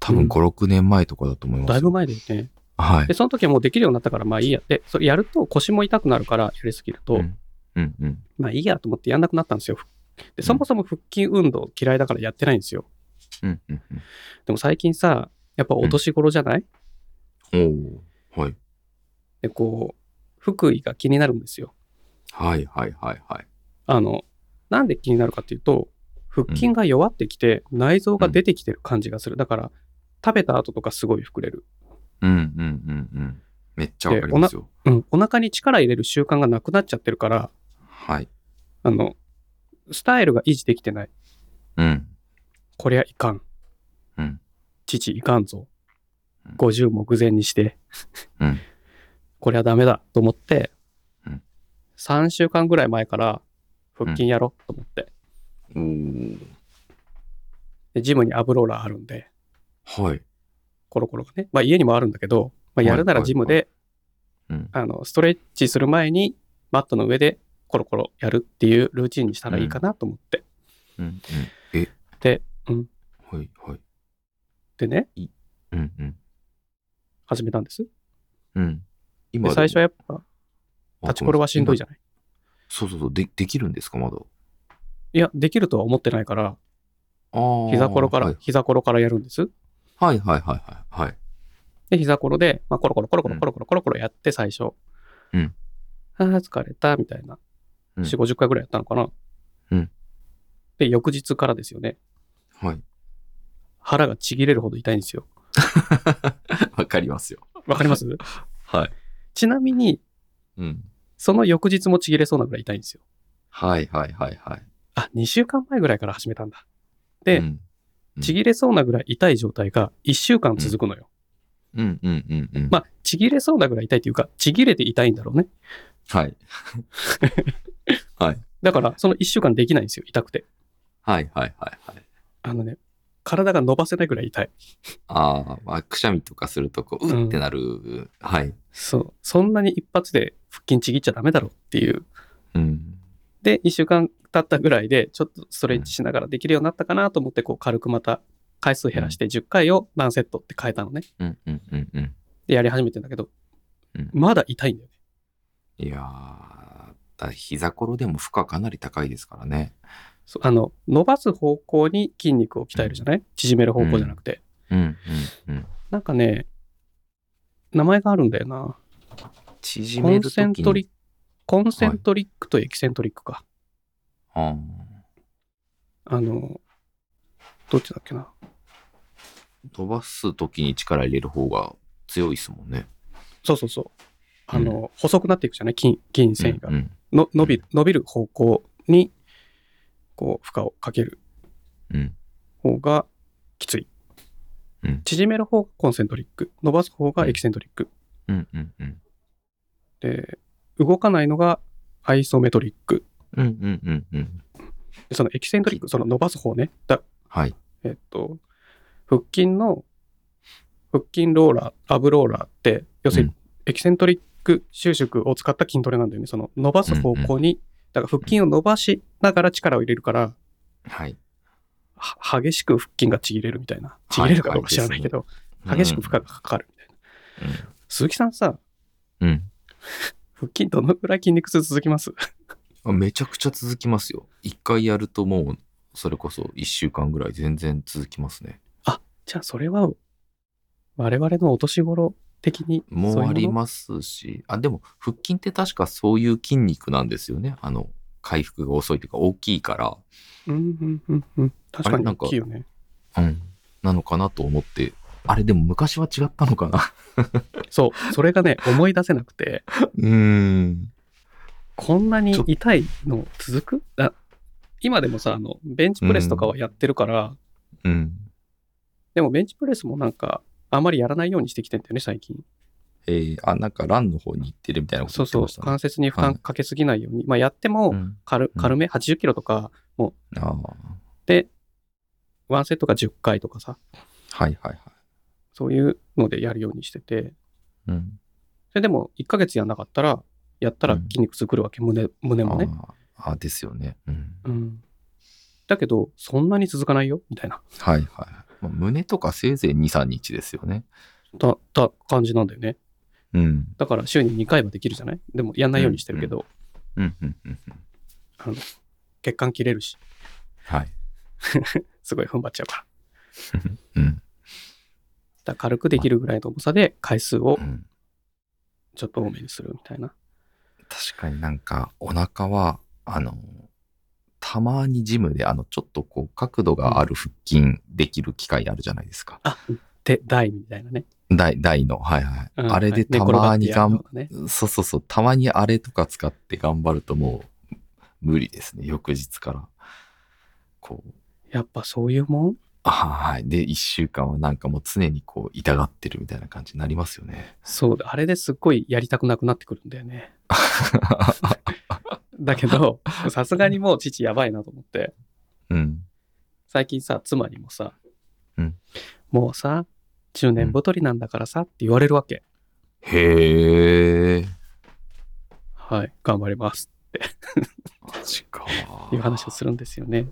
B: 多
A: う
B: 分
A: ん
B: 5、6年前とかだと思いますよ。
A: だいぶ前だよね。
B: はい
A: で、。その時はもうできるようになったから、まあいいや。で、それやると腰も痛くなるから、やりすぎると、
B: うんうんうん。
A: まあいいやと思ってやんなくなったんですよ。で、そもそも腹筋運動嫌いだからやってないんですよ。
B: うんうんうん。
A: でも最近さ、やっぱお年頃じゃない、
B: おーはい。
A: で、こう、腹囲が気になるんですよ。
B: はいはいはいはい。
A: あの、なんで気になるかっていうと、腹筋が弱ってきて、内臓が出てきてる感じがする。だから、食べた後とかすごい膨れる。
B: うんうんうんうん。めっちゃわかりますよ。
A: うん、お腹に力入れる習慣がなくなっちゃってるから、
B: はい。
A: あの、スタイルが維持できてない。
B: うん。
A: こりゃいかん。
B: うん
A: 父いかんぞ
B: うん。
A: 50目前にして、
B: うん
A: こりゃダメだと思って、
B: うん
A: 3週間ぐらい前から腹筋やろうと思って、
B: おー
A: でジムにアブローラーあるんで、
B: はい。
A: コロコロがね、まあ家にもあるんだけど、まあ、やるならジムで、
B: はいはいはい
A: あのストレッチする前にマットの上でコロコロやるっていうルーチンにしたらいいかなと思って、
B: うんうん。え
A: でうん。
B: はいはい。
A: でね、
B: うんうん。
A: 始めたんです。
B: うん。今
A: で最初はやっぱ
B: あ
A: 立ちこれはしんどいじゃない。
B: そうそうそう。で、できるんですか、まだ。
A: いや、できるとは思ってないから、
B: ああ。
A: 膝ころから、
B: はい
A: 膝ころからやるんです。
B: はいはいはいはいはい。
A: で、膝ころで、まあ、コロコロコロコ
B: う
A: ロ
B: ん
A: コロコロコロコロやって、最初。
B: うん
A: ああ、疲れた、みたいな。
B: うん
A: 4、50回ぐらいやったのかな。
B: うん
A: で、翌日からですよね。
B: はい。
A: 腹がちぎれるほど痛いんですよ。
B: わかりますよ。
A: わかります
B: はい。
A: ちなみに、
B: うん。
A: その翌日もちぎれそうなぐらい痛いんですよ。
B: はいはいはいはい。
A: あ、2週間前ぐらいから始めたんだ。で
B: うんうん
A: ちぎれそうなぐらい痛い状態が1週間続くのよ。
B: うんうんうんうん。
A: まあ、ちぎれそうなぐらい痛いっていうか、ちぎれて痛いんだろうね。
B: はい。はい。
A: だから、その1週間できないんですよ、痛くて。
B: はいはいはいはい。
A: あのね、体が伸ばせないぐらい痛い。
B: ああ、まあ、くしゃみとかするとこう、
A: うん
B: うってなる。はい。
A: そう。そんなに一発で腹筋ちぎっちゃダメだろうっていう。
B: うん。
A: で、1週間経ったぐらいで、ちょっとストレッチしながらできるようになったかなと思って、こう軽くまた回数減らして10回を何セットって変えたのね。
B: うんうんうんうん。
A: で、やり始めてんだけど
B: うん、
A: まだ痛いんだよね。
B: いやー、だ膝ころでも負荷かなり高いですからね。
A: そうあの、伸ばす方向に筋肉を鍛えるじゃない縮める方向じゃなくて。
B: うんうんうん。
A: なんかね、名前があるんだよな。
B: 縮
A: コ
B: め
A: ン
B: る
A: セン
B: 時
A: トリ
B: に。
A: ック、コンセントリックとエキセントリックか。
B: あ
A: あの、どっちだっけな。
B: ー伸ばす時に力入れる方が強いですもんね。
A: そうそうそう。あの、細くなっていくじゃない筋、筋繊維が。
B: うんうん
A: の伸び伸びる方向に、こう、負荷をかける
B: うん。
A: 方がきつい。
B: うん
A: 縮める方がコンセントリック。伸ばす方がエキセントリック。
B: うんうんうん。
A: で、動かないのがアイソメトリック。
B: うんうんうんうん。
A: でそのエキセントリック、その伸ばす方ね。だ
B: はい。
A: えっと、腹筋の、腹筋ローラー、アブローラーって、要するにエキセントリック収縮を使った筋トレなんだよね。その伸ばす方向に、だから腹筋を伸ばしながら力を入れるから、
B: はい。
A: は激しく腹筋がちぎれるみたいな。ちぎれるかどうか知らないけど、激しく負荷がかかるみたいな。鈴木さんさ、
B: うん。うん。
A: 腹筋どのくらい筋肉痛続きます
B: あめちゃくちゃ続きますよ。一回やるともう、それこそ一週間ぐらい全然続きますね。
A: じゃあそれは、我々のお年頃的に
B: も
A: そうい
B: あり
A: もの
B: ますし、あ、でも腹筋って確かそういう筋肉なんですよね。あの、回復が遅いというか大きいか
A: うんうんうんうん。確か
B: あれ
A: に
B: な
A: 大
B: んか
A: きいよね。
B: ら、うん、なのかなと思って、あれでも昔は違ったのかな。
A: そう、それが ね、思い出せなくて、
B: うーん。
A: こんなに
B: ちょ
A: 痛いの続くあ今でもさ、あの、ベンチプレスとかはやってるから、
B: うん。
A: でもベンチプレスもなんか、あまりやらないようにしてきてんだよね、最近。
B: えー、あ、なんか欄の方に行ってるみたいなこと
A: そ
B: 言
A: う
B: って
A: そ
B: ま
A: う、関
B: したね。
A: 節に負担かけすぎないように。まあ、やっても
B: うん
A: 軽、
B: うん
A: 軽め、80キロとか、
B: ああ、
A: ワンセットが10回とかさ、
B: はいはいはい。
A: そういうのでやるようにしてて、
B: うん。
A: それでも1ヶ月やんなかったら、やったら筋肉作るわけ、胸胸もね。
B: あーあ、ですよね。うん。
A: うん。だけど、そんなに続かないよ、みたいな、
B: はいはい。まあ、胸とかせいぜい2、3日ですよね。
A: た、た感じなんだよね。
B: うん。
A: だから週に2回はできるじゃないでもやんないようにしてるけど、
B: うんうんうんうん。
A: 血管切れるし、
B: はい。
A: すごい踏ん張っちゃうから。
B: う
A: だ
B: ん。
A: から軽くできるぐらいの重さで回数を
B: うん。
A: ちょっと多めにするみたいな。
B: 確かになんか、お腹は、あの、たまにジムで、あの、ちょっとこう、角度がある腹筋できる機械あるじゃないですか。
A: あ、で、台みたいなね。
B: 台、台の、はいはい。
A: うん
B: あれでた
A: はい
B: まに
A: 寝転がってやる
B: 頑
A: ようなね
B: そうそうそう、たまにあれとか使って頑張るともう無理ですね、翌日から。こう、
A: やっぱそういうもん
B: あはい。で、1週間はなんかもう常にこう、痛がってるみたいな感じになりますよね。
A: そうだ。あれですっごいやりたくなくなってくるんだよ ね。だけど、さすがにもう父やばいなと思って、
B: うん。
A: 最近さ、妻にもさ、
B: うん
A: もうさ、10年太りなんだからさって言われるわけ。
B: へえ。
A: はい、頑張りますって
B: マジか。
A: いう話をするんですよね。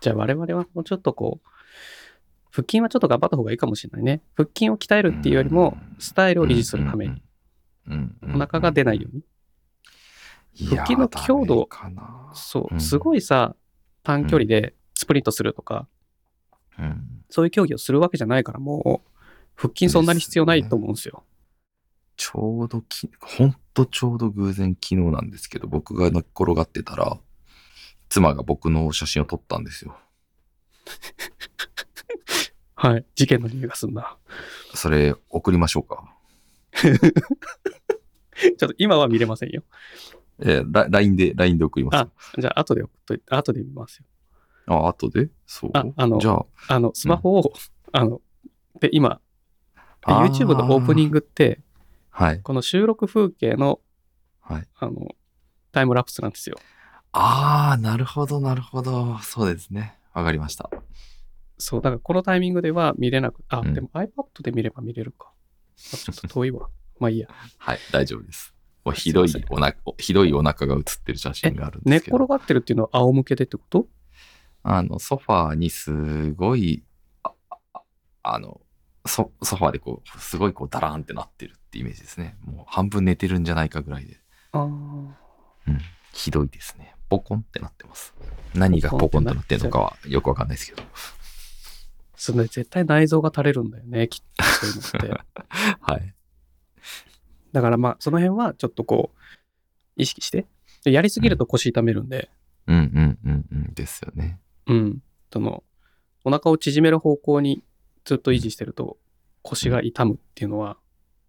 A: じゃあ我々はもうちょっとこう、腹筋はちょっと頑張った方がいいかもしれないね。腹筋を鍛えるっていうよりも
B: う、ん
A: スタイルを維持するために、
B: うん。
A: お腹が出ないように。腹筋の強度
B: いやダメかな
A: そうう、
B: ん
A: すごいさ、短距離でスプリントするとか、
B: うん
A: そういう競技をするわけじゃないから、もう、腹筋そんなに必要ないと思うんですよ。
B: ちょうどき、ほんとちょうど偶然昨日なんですけど、僕が寝っ転がってたら、妻が僕の写真を撮ったんですよ。
A: はい。事件の匂いがすんな。
B: それ送りましょうか。
A: ちょっと今は見れませんよ。
B: えー、ラ LINE で、LINE で送りますよ。
A: じゃあ、後で送っとい後で見ますよ。
B: あ、後でそう。
A: ああの
B: じゃあ、
A: あの、スマホを、あの、で、今、
B: あー
A: YouTube のオープニングって、
B: はい、
A: この収録風景の、
B: はい。
A: あの、タイムラプスなんですよ。
B: あー、なるほど、なるほど。そうですね。わかりました。
A: そう、だからこのタイミングでは見れなく、あ、
B: うん
A: でも iPad で見れば見れるか。あちょっと遠い わ。まあいいや。
B: はい、大丈夫です。もうひどい
A: すいま
B: おなおひどいお腹が写ってる写真があるん
A: 寝
B: で
A: っ
B: すけど。
A: 転がってるっていうのは仰向けでってこと
B: あの、ソファーにすごい、あああの、ソソファーでこう、すごいこう、ダラーンってなってるってイメージですね。もう半分寝てるんじゃないかぐらいで。
A: ああ。
B: うん。ひどいですね。ポコンってなってます。何がポコンとなってるのかはよくわかんないですけど。
A: それ絶対内臓が垂れるんだよね、きっとそういう のって。
B: はい。
A: だからまあ、その辺はちょっとこう、意識して。でやりすぎると腰痛めるんで、
B: うんうんうんうん。ですよね。
A: うん。その、お腹を縮める方向にずっと維持してると、腰が痛むっていうのは、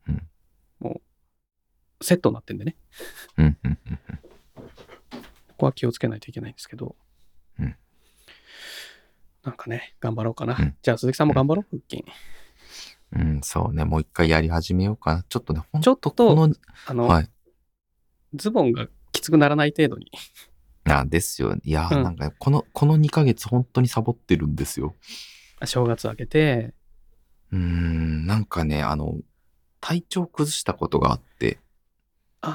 B: うん
A: もう、セットになってんでね。
B: うんうんうん。
A: ここは気をつけないといけないんですけど。
B: うん
A: なんかね、頑張ろうかな。
B: うん
A: じゃあ、鈴木さんも頑張ろう、腹筋。
B: うん、そうね。もう一回やり始めようかな。ちょっとね、ほん
A: ちょっと
B: この、
A: あの、
B: はい。
A: ズボンがきつくならない程度に。
B: あ、ですよ。いやー、
A: うん
B: なんか、この、この2ヶ月、本当にサボってるんですよ。
A: 正月明けて、
B: うーん、なんかね、あの、体調崩したことがあって、
A: あ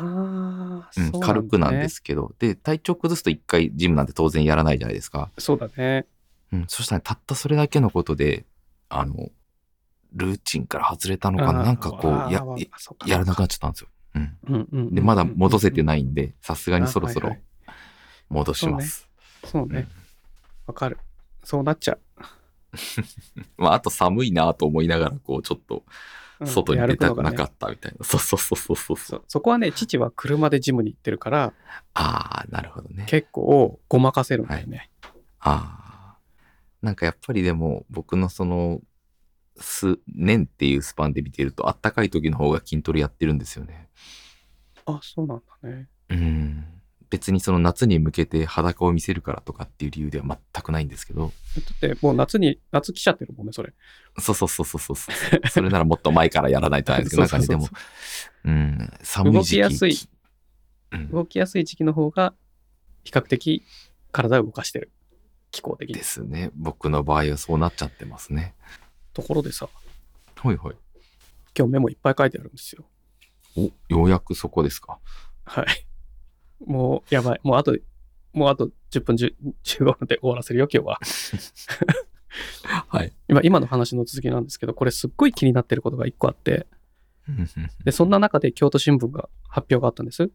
A: あ、
B: うん
A: そう
B: 軽くなんで
A: ね。
B: すけど、で、体調崩すと一回ジムなんて当然やらないじゃないですか。
A: そうだね。
B: うん、そしたら、たったそれだけのことで、あの、ルーチンから外れたのか
A: あ
B: な、
A: ー
B: なんかこ
A: わ
B: う、
A: ー
B: や
A: わ、ー
B: や
A: そうか
B: やらなくなっちゃったんですよ。うん。
A: うんうんうん
B: で、まだ戻せてないんで、さすがにそろそ
A: あは
B: ろ
A: いはい
B: 戻します。
A: そうね。わかる。そうなっちゃ
B: まあ、あと寒いなと思いながら、こう、ちょっと
A: う。
B: 外に出たくなか
A: った。
B: ったみたいな。そうそうそうそうそう
A: そ
B: そう。
A: うそこはね、父は車でジムに行ってるから、
B: ああ、なるほどね。
A: 結構ごまかせるんだよね。
B: ああ。なんかやっぱりでも、僕のその、す、年っていうスパンで見てると、あったかい時の方が筋トレやってるんですよね。
A: あ、そうなんだね。
B: うん。別にその夏に向けて裸を見せるからとかっていう理由では全くないんですけど、
A: だってもう夏に、夏来ちゃってるもんね、それ。
B: そうそうそうそうそうそう。それならもっと前からやらないとあれですけど、なんかね、でも、うん、寒い
A: 動
B: 時期。
A: きやすい
B: うん
A: 動きやすい時期の方が、比較的体を動かしてる。気候的に
B: で。すね。僕の場合はそうなっちゃってますね。
A: ところでさ、
B: はいはい。
A: 今日メモいっぱい書いてあるんですよ。
B: お、ようやくそこですか。
A: はい。もう、やばい。もうあと、もうあと10分、10 15分で終わらせるよ、今日は。
B: はい。
A: 今、今の話の続きなんですけど、これすっごい気になってることが一個あって、で、そんな中で京都新聞が発表があったんです。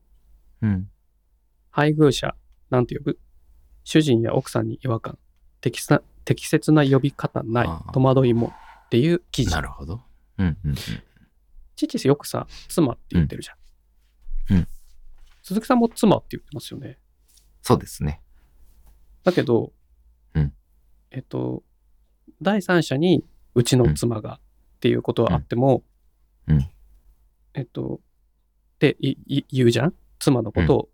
B: うん。
A: 配偶者、なんて呼ぶ主人や奥さんに違和感。適切な適切な呼び方ない
B: あ。ー
A: 戸惑いも。っていう記事
B: な。るほど。うんうんうん。
A: 父よくさ、妻って言ってるじゃん。
B: うんうん
A: 鈴木さんも妻って言ってますよね。
B: そうですね。
A: だけど、
B: うん
A: えっと、第三者にうちの妻がっていうことはあっても、
B: うんうん
A: えっと、っていい言うじゃん妻のことを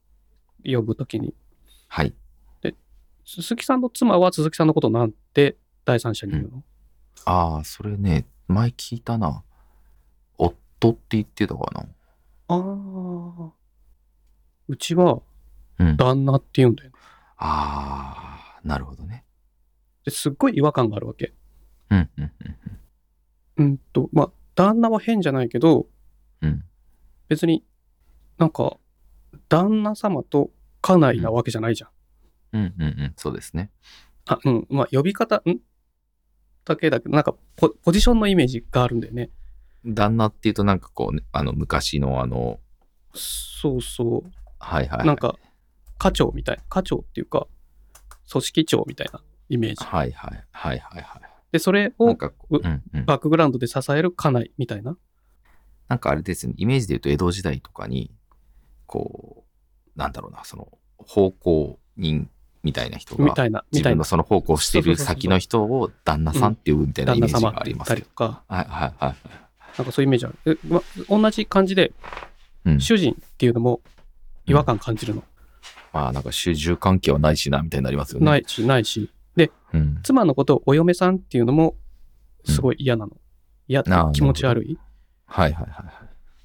A: 呼ぶときに。
B: はい。
A: 鈴木さんの妻は鈴木さんのことなんて第三者に言うの、
B: ああ、それね、前聞いたな。夫って言ってたか
A: ああ。うちは
B: な。うん。あ
A: 旦那って言うんだよね。
B: あー、なるほどね。
A: ですっごい違和感があるわけ。
B: うんうんうん
A: うんと、まあ、旦那は変じゃないけど、
B: うん。
A: 別になんか旦那様と家内なわけじゃないじゃん。
B: うんうんうん。そうですね。
A: あうんまあ呼び方んだけだけどなんかポポジションのイメージがあるんだよね。
B: 旦那っていうとなんかこうね、あの昔のあの、
A: そうそう、
B: はいはい、はい。
A: なんか課長みたい課長っていうか組織長みたいなイメージ。
B: はいはいはいはいは
A: でそれ
B: い。なん
A: を
B: かこう、うんうん。
A: バックグラウンドで支える家内みたいな。
B: なんかあれですよね、イメージで言うと江戸時代とかに、こう、なんだろうな、その、奉公人みたいな人
A: み
B: が、
A: たいなみ
B: 自
A: たい
B: 分
A: な
B: のその奉公してる先の人を旦那さんって呼ぶみたいな
A: 旦
B: イメ
A: 那
B: ージ
A: 様
B: が
A: っ
B: あ
A: て
B: り
A: 言
B: ま
A: っ
B: す
A: た
B: け
A: り
B: ど。
A: とか
B: はいはいはい。
A: なんかそういうイメージある。えま、同じ感じで
B: うん、
A: 主人っていうのも違和感感じるの、
B: まあなんか主従関係はないしなみたいになりますよね。
A: ないしないし。
B: うん。
A: 妻のことをお嫁さんっていうのもすごい嫌なの。嫌って
B: ああ
A: 気持ち悪い。
B: はいはいは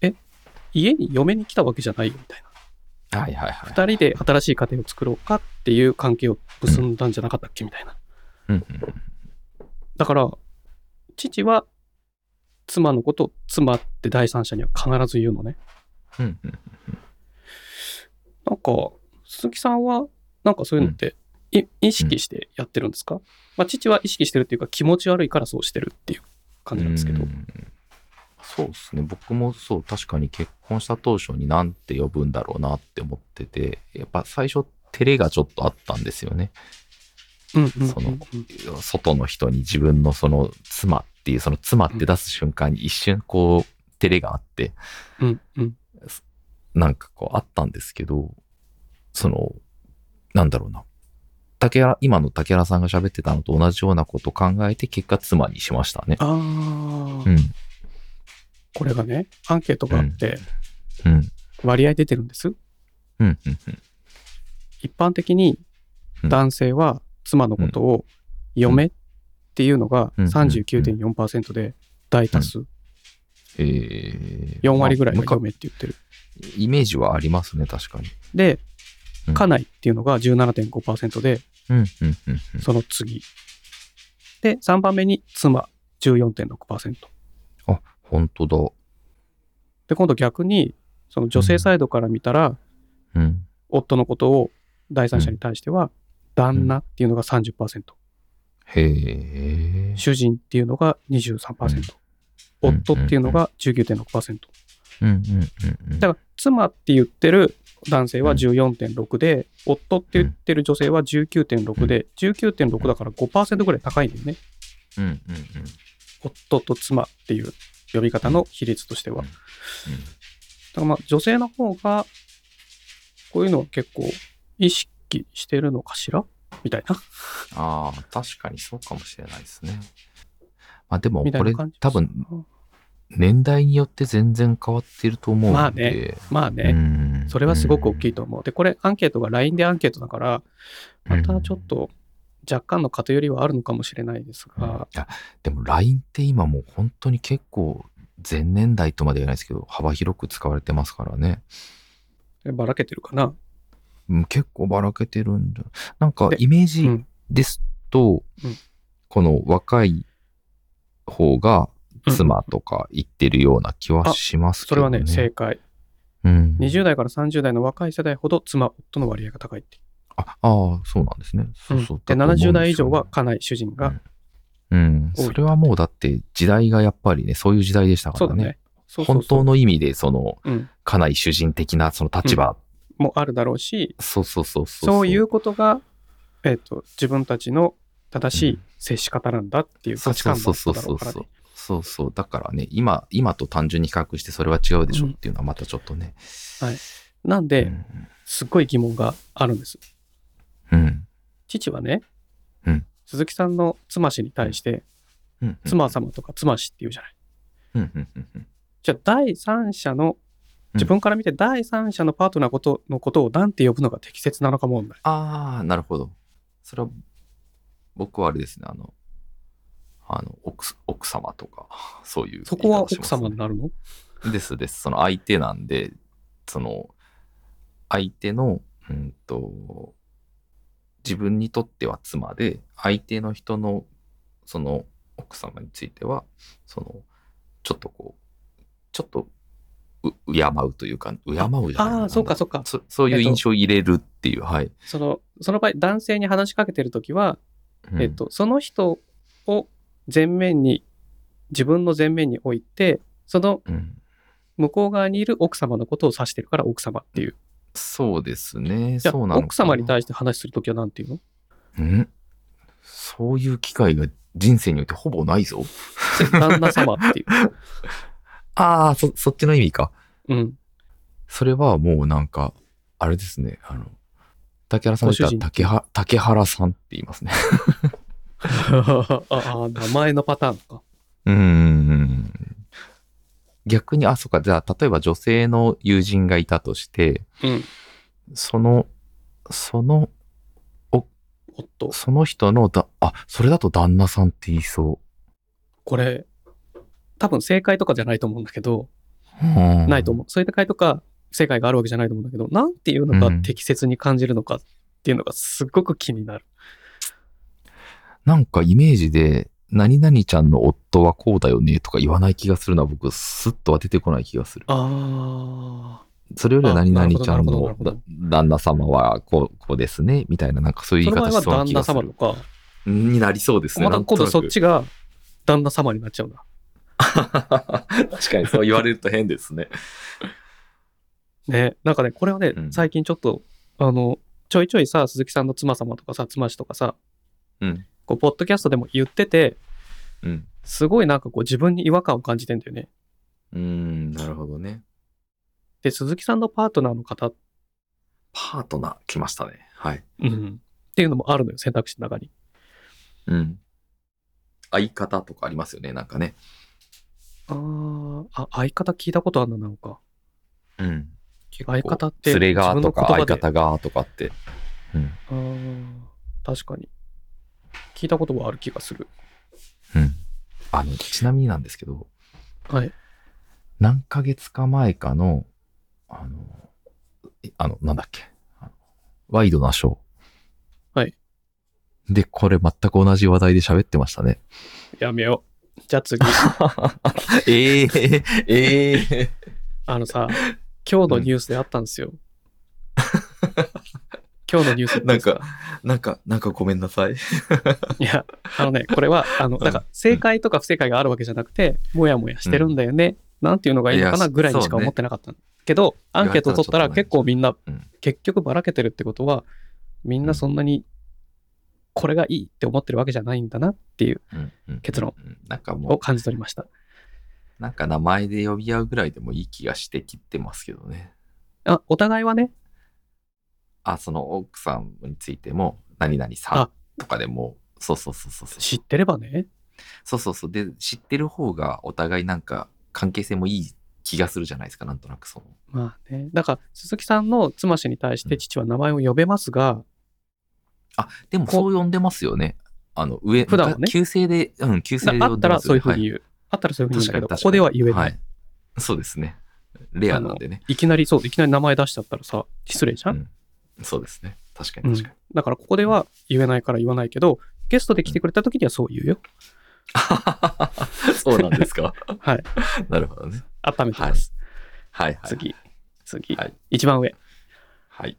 B: い
A: 家に嫁に来たわけじゃないよみたいな。
B: はい。はいはいはい。
A: 二人で新しい家庭を作ろうかっていう関係を結んだんじゃなかったっけみたいな。
B: うん
A: だから、父は妻のことを妻って第三者には必ず言うのね。
B: うんうんうん。
A: なんか、鈴木さんはなんかそういうのって、い意識してやってるんですか、まあ、父は意識してるっていうか気持ち悪いからそうしてるっていう感じなんですけど。
B: うんそうですね僕もそう確かに結婚した当初に何て呼ぶんだろうなって思っててやっぱ最初照れがちょっとあったんですよね
A: うんうんうん
B: その外の人に自分のその妻っていうその妻って出す瞬間に一瞬こう照れがあって
A: うんうん
B: なんかこうあったんですけどそのなんだろうな竹原今の竹原さんが喋ってたのと同じようなことを考えて結果妻にしましたね。
A: ああ、
B: うん、
A: これがね、アンケートがあって、
B: うん、
A: 割合出てるんです。
B: うん、うん、うん。
A: 一般的に
B: うん
A: 男性は妻のことを嫁っていうのが
B: うん
A: 39.4%で大多数、
B: えー、
A: 4割ぐらいが
B: まあむか
A: 嫁って言ってる。
B: イメージはありますね、確かに。
A: で
B: う、ん
A: 家内っていうのが17.5%で、
B: うん、うん、うん。
A: その次。で、3番目に妻14.6%。
B: あ、本当だ。
A: で、今度逆に、その女性サイドから見たら、
B: うん。
A: 夫のことを第三者に対しては、旦那っていうのが30%、
B: へえ。
A: 主人っていうのが23%、
B: うん
A: 夫っていうのが19.6%、
B: うんうんうんうん
A: だから妻って言ってる男性は14.6で、夫って言ってる女性は19.6で、19.6だから5%ぐらい高いんだよね。
B: うんうんうん
A: 夫と妻っていう呼び方の比率としては。だからまあ女性の方が、こういうのは結構意識してるのかしらみたいな。
B: ああ、確かにそうかもしれないですね。まあでも、
A: みたい
B: こ
A: な
B: れ
A: 感じ
B: 多分、年代によって全然変わってると思うので。
A: まあねまあね、
B: うん
A: それはすごく大きいと思う。で、これアンケートが LINE でアンケートだから、またちょっと若干の偏りはあるのかもしれないです
B: うん
A: が、
B: いやでも LINE って今もう本当に結構前年代とまでは言わないですけど幅広く使われてますからね、
A: ばらけてるかな。
B: うん、結構ばらけてるんだなんか
A: で
B: イメー
A: う
B: ジ
A: ん
B: ですと、
A: うん
B: この若い方が妻とか言ってるような気はします
A: そ
B: け
A: れ
B: ど
A: は
B: ね、
A: ね、正解。
B: うん、
A: 20代から30代の若い世代ほど妻、夫の割合が高いって。
B: ああーそうなんですねそうそう、
A: で、
B: だと思うんすよ
A: 70代以上は家内、主人が、
B: うん
A: 多い
B: それはもうだって時代がやっぱりねそういう時代でしたか
A: そう
B: ら
A: だ
B: ね
A: ね。そうそうそう
B: 本当の意味でその
A: うん、
B: かなり主人的なその立場、
A: もあるだろうし、
B: そうそうそうそう
A: そういうことが、えっと自分たちの正しい接し方なんだっていう
B: そ
A: 価
B: う
A: 値
B: そ
A: 観
B: うそ
A: だ
B: う
A: った
B: そう
A: だろうから
B: そうそう
A: ね。
B: そうそうだからね今今と単純に比較してそれは違うでしょ
A: うん
B: っていうのはまたちょっとね、
A: なん
B: う
A: で、
B: ん
A: すっごい疑問があるんです。
B: うん
A: 父はね、
B: うん
A: 鈴木さんの妻氏に対して、
B: うん
A: 妻様とか妻氏って言うじゃない。
B: うんうんうんうん
A: じゃあ、第三者の、自分から見て第三者のパートナーことのことを何て呼ぶのが適切なのか問題。
B: ああなるほどそれは僕はあれですねあのあの奥す奥様とかそういう
A: そこは
B: 言い方
A: 奥
B: しますね
A: 様になるの
B: ですです。その相手なんで、その、相手の、うんと、自分にとっては妻で、相手の人の、その、奥様については、その、ちょっとこう、ちょっと、う、敬うというか、敬うじゃない
A: あ
B: な
A: あー、そうかそうか。
B: そそういう
A: えっと
B: 印象を入れるっていう、はい。
A: その、その場合、男性に話しかけてるときは、
B: うん
A: えっ、と、その人を前面に、自分の前面に置いて、その
B: うん
A: 向こう側にいる奥様のことを指してるから奥様っていう。
B: そうですね。
A: じゃあ、
B: そうなのかな
A: 奥様に対して話するときは何て言うの
B: うんそういう機会が人生においてほぼないぞ。
A: 旦那様っていう。
B: ああ、そ、そっちの意味か。
A: うん。
B: それはもうなんか、あれですね、あの、竹原さんで言った
A: ご
B: ら竹は竹原さんって言いますね。
A: ああ、名前のパターンか。
B: うん。逆に、あ、そうか、じゃあ、例えば女性の友人がいたとして、
A: うん。
B: その、その、
A: 夫。
B: その人のだ、あ、それだと旦那さんって言いそ
A: これ、多分正解とかじゃないと思うんだけど、
B: う。うん
A: ないと思う。そういう解とか正解があるわけじゃないと思うんだけど、なんていうのが適切に感じるのかっていうのがすっごく気になる。
B: なんかイメージで、何々ちゃんの夫はこうだよねとか言わない気がするな、僕、スッとは出てこない気がする。
A: ああ。
B: それよりは
A: あ
B: 何々ちゃ
A: な
B: ん
A: るほどな
B: の
A: るほどなる
B: だ旦那様はこうこうですね、みたいな、なんかそういう
A: そ
B: 言い
A: の場合
B: 方
A: は
B: しそうな
A: 旦
B: 気
A: 那
B: がす
A: 様
B: る
A: と。か、
B: になりそうですね。
A: また今度そっ
B: なん
A: ちが旦那様になっちゃうんだ。
B: とな く。確かにそう言われると変ですね。
A: ね、なんかね、これはね、
B: うん
A: 最近ちょっと、あの、ちょいちょいさ、鈴木さんの妻様とかさ、妻氏とかさ、
B: うん。
A: こう、ポッドキャストでも言ってて、
B: うん。
A: すごいなんかこう、自分に違和感を感じてんだよね。
B: うーん、なるほどね。
A: で、鈴木さんのパートナーの方、
B: パートナー来ましたね。はい。
A: うん、っていうのもあるのよ、選択肢の中に。
B: うん。相方とかありますよね、なんかね。
A: あーあ、相方聞いたことあるな、なんか。
B: うん。結
A: 相方って
B: 連れがとか
A: 自分の言葉
B: 相
A: で
B: 方がとかって。うん。
A: あー確かに。聞いたことはある気がする。
B: うん。あの、ちなみになんですけど、
A: はい。
B: 何ヶ月か前かの、あの、えあの、なんだっけ、あのワイドなショー。
A: はい。
B: で、これ全く同じ話題で喋ってましたね。
A: やめよう。じゃあ次。
B: ええええ
A: あのさ、今日のニュースであったんですよ。今日のニュースっていうんです
B: なんなんか、なんかごめんなさい。
A: いや、あのね、これは、あの、
B: うん
A: なんか正解とか不正解があるわけじゃなくて、もやもやしてるんだよねなんていうのがいいのか
B: いや
A: なぐらいにしか
B: そうね
A: 思ってなかったけど、アンケート取ったら
B: 言われ
A: 結
B: たら
A: 構
B: ちょっとね
A: みんな
B: うん、
A: 結局ばらけてるってことは、みんなそんなにこれがいいって思ってるわけじゃないんだなっていう
B: うんうん
A: 結論
B: うんなんかも
A: を
B: う、
A: 感じ取りました。
B: なんか名前で呼び合うぐらいでもいい気がしてきてますけどね。
A: あ、お互いはね、
B: あ、その奥さんについても、何々さん
A: あ
B: とかでも、そうそうそうそうそう。
A: 知ってればね、
B: そうそうそう。で、知ってる方がお互いなんか関係性もいい気がするじゃないですか、なんとなくその。
A: まあね、だから鈴木さんの妻氏に対して父は名前を呼べますが、
B: あ、でも
A: こ
B: そう呼んでますよね。あの、上、
A: 普段はね
B: 昔旧姓で、うん、旧姓で
A: なあ
B: 呼
A: っ
B: ん
A: た
B: で
A: ら
B: ます
A: そう
B: よ
A: い
B: ね
A: うふうに言う。あったらそういうふうに言うんだけど、
B: 確かに確かに
A: ここでは言えない。、
B: はいい。そうですね。レアなんでね。
A: きなり、そう、いきなり名前出しちゃったらさ、失礼じゃん
B: うんそうですね。確か
A: う
B: に
A: ん
B: 確かに。
A: だからここでは言えないから言わないけど、ゲストで来てくれた時にはそう言うよ。
B: そうなんですか。
A: はい。
B: なるほどね。
A: 温めてます。
B: はいはい。
A: 次、次、
B: はい
A: 一番上。
B: はい。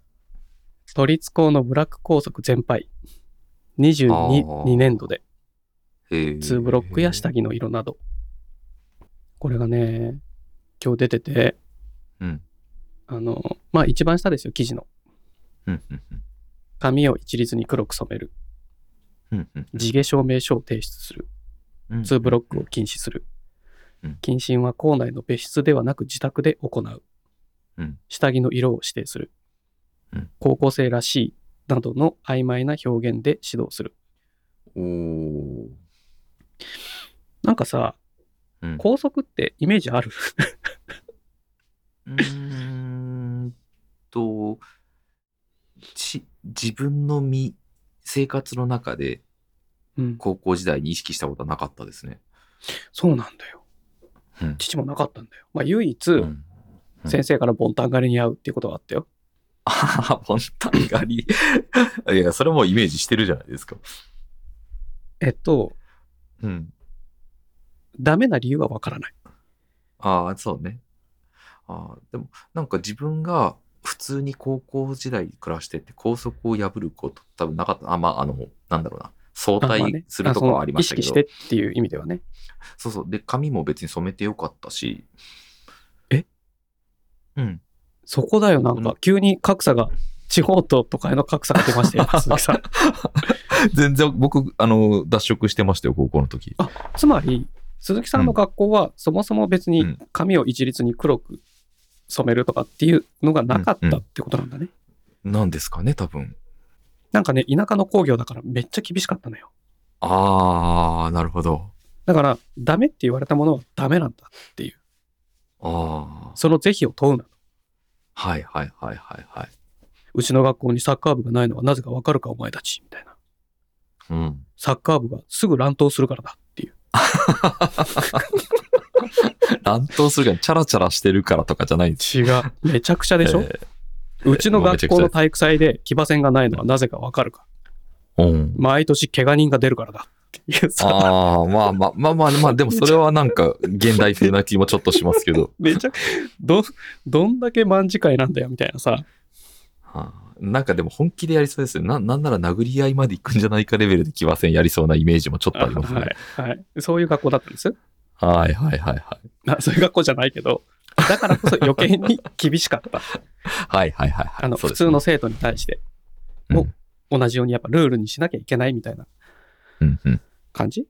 A: 都立高のブラック校則全廃。
B: あ
A: 22
B: ー
A: 2年度で、
B: えー
A: ツーブロックや下着の色など。これがね、今日出てて、
B: うん。
A: あの、まあ一番下ですよ、記事の。
B: うん。うん。うん
A: 髪を一律に黒く染める。
B: うんうん
A: 地毛証明書を提出する。
B: うん
A: ツーブロックを禁止する
B: うん。
A: 謹慎は校内の別室ではなく自宅で行う
B: うん。
A: 下着の色を指定する
B: うん。
A: 高校生らしいなどの曖昧な表現で指導する。
B: おー
A: なんかさ
B: うん、
A: 校則ってイメージある
B: うーんと、ち、自分の身、生活の中で
A: うん。
B: 高校時代に意識したことはなかったですね。
A: そうなんだよ
B: うん。
A: 父もなかったんだよ。まあ唯一、
B: うん うん
A: 先生からボンタン狩りに会うっていうことがあったよ。
B: あはは、本当にガリ。 いや、それもうイメージしてるじゃないですか。
A: えっと、
B: うん。
A: ダメな理由はわからない。
B: ああ、そうね。ああ、でも、なんか自分が普通に高校時代暮らしてて、校則を破ること多分なかった。あ、まあ、あの、なんだろうな。相
A: あまあ
B: 対
A: ね
B: するとこはありましたけど。
A: あその意識してっていう意味ではね。
B: そうそう。で、髪も別に染めてよかったし。
A: え
B: うん。
A: そこだよ、なん
B: う
A: か
B: ん、
A: 急に格差が、地方と都会の格差が出ま したよ、鈴木さん。
B: 全然僕、あの、脱色してましたよ、高校の時。
A: つまり、鈴木さんの学校は、そもそも別
B: う
A: に
B: ん
A: 髪を一律に黒く染めるとかっていうのがなかったってことなんだね。
B: なんですかね、多分。
A: なんかね、田舎の工業だからめっちゃ厳しかったのよ。
B: ああ、なるほど。
A: だから、ダメって言われたものはダメなんだ。
B: ああ。
A: その是非を問うな。
B: はいはいはいはいはい。
A: うちの学校にサッカー部がないのはなぜかわかるか、お前たち。みたいな。
B: うん。
A: サッカー部がすぐ乱闘するからだっていう。
B: 乱闘するから、チャラチャラしてるからとかじゃないんです
A: 違う。めちゃくちゃで しょ、
B: え
A: うちの学校の体育祭で騎馬戦がないのはなぜかわかるか。
B: ーうん。
A: 毎年怪我人が出るからだっていうさ、
B: ああ、まあまあまあまあ、まあ、でもそれはなんか現代風な気もちょっとしますけど。
A: めちゃ、ど、どんだけ卍会なんだよみたいなさ、
B: はあなんかでも本気でやりそうですよな。なんなら殴り合いまで行くんじゃないかレベルで騎馬戦やりそうなイメージもちょっとありますね。
A: はい、はい。そういう学校だったんです。
B: はいはいはいはい。
A: あそういう学校じゃないけど、だからこそ余計に厳しかった。
B: はいはいはい、はい。
A: あの、
B: そう
A: 普
B: ですね
A: 通の生徒に対して
B: うん
A: も同じようにやっぱルールにしなきゃいけないみたいな
B: うんうん。
A: 感じ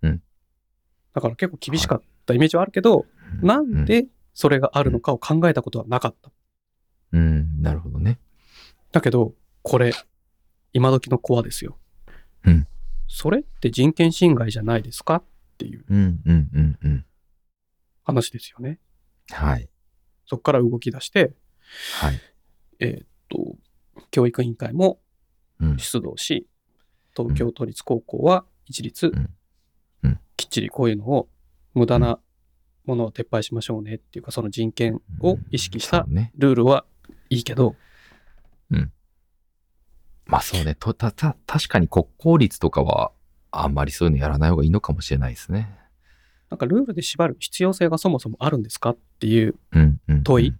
B: うん。
A: だから結構厳しかったイメージはあるけど、なんでそれがあるのかを考えたことはなかった。
B: うん、うんなるほどね。
A: だけど、これ、今時の子はですよ。
B: うん
A: それって人権侵害じゃないですかっていう
B: うんうんうんうん。
A: 話ですよね。
B: はい。
A: そこから動き出して、
B: はい。
A: えーっと、教育委員会も
B: うん、
A: 出動し、東京都立高校は一律
B: うんうん、
A: きっちりこういうのを無駄なものは撤廃しましょうねっていうか、その人権を意識した
B: そうね。
A: ルールはいいけど、
B: まあそうね。と、た、た、確かに国公立とかは、あんまりそういうのやらない方がいいのかもしれないですね。
A: なんかルールで縛る必要性がそもそもあるんですかっていう
B: うん、うん。
A: 問い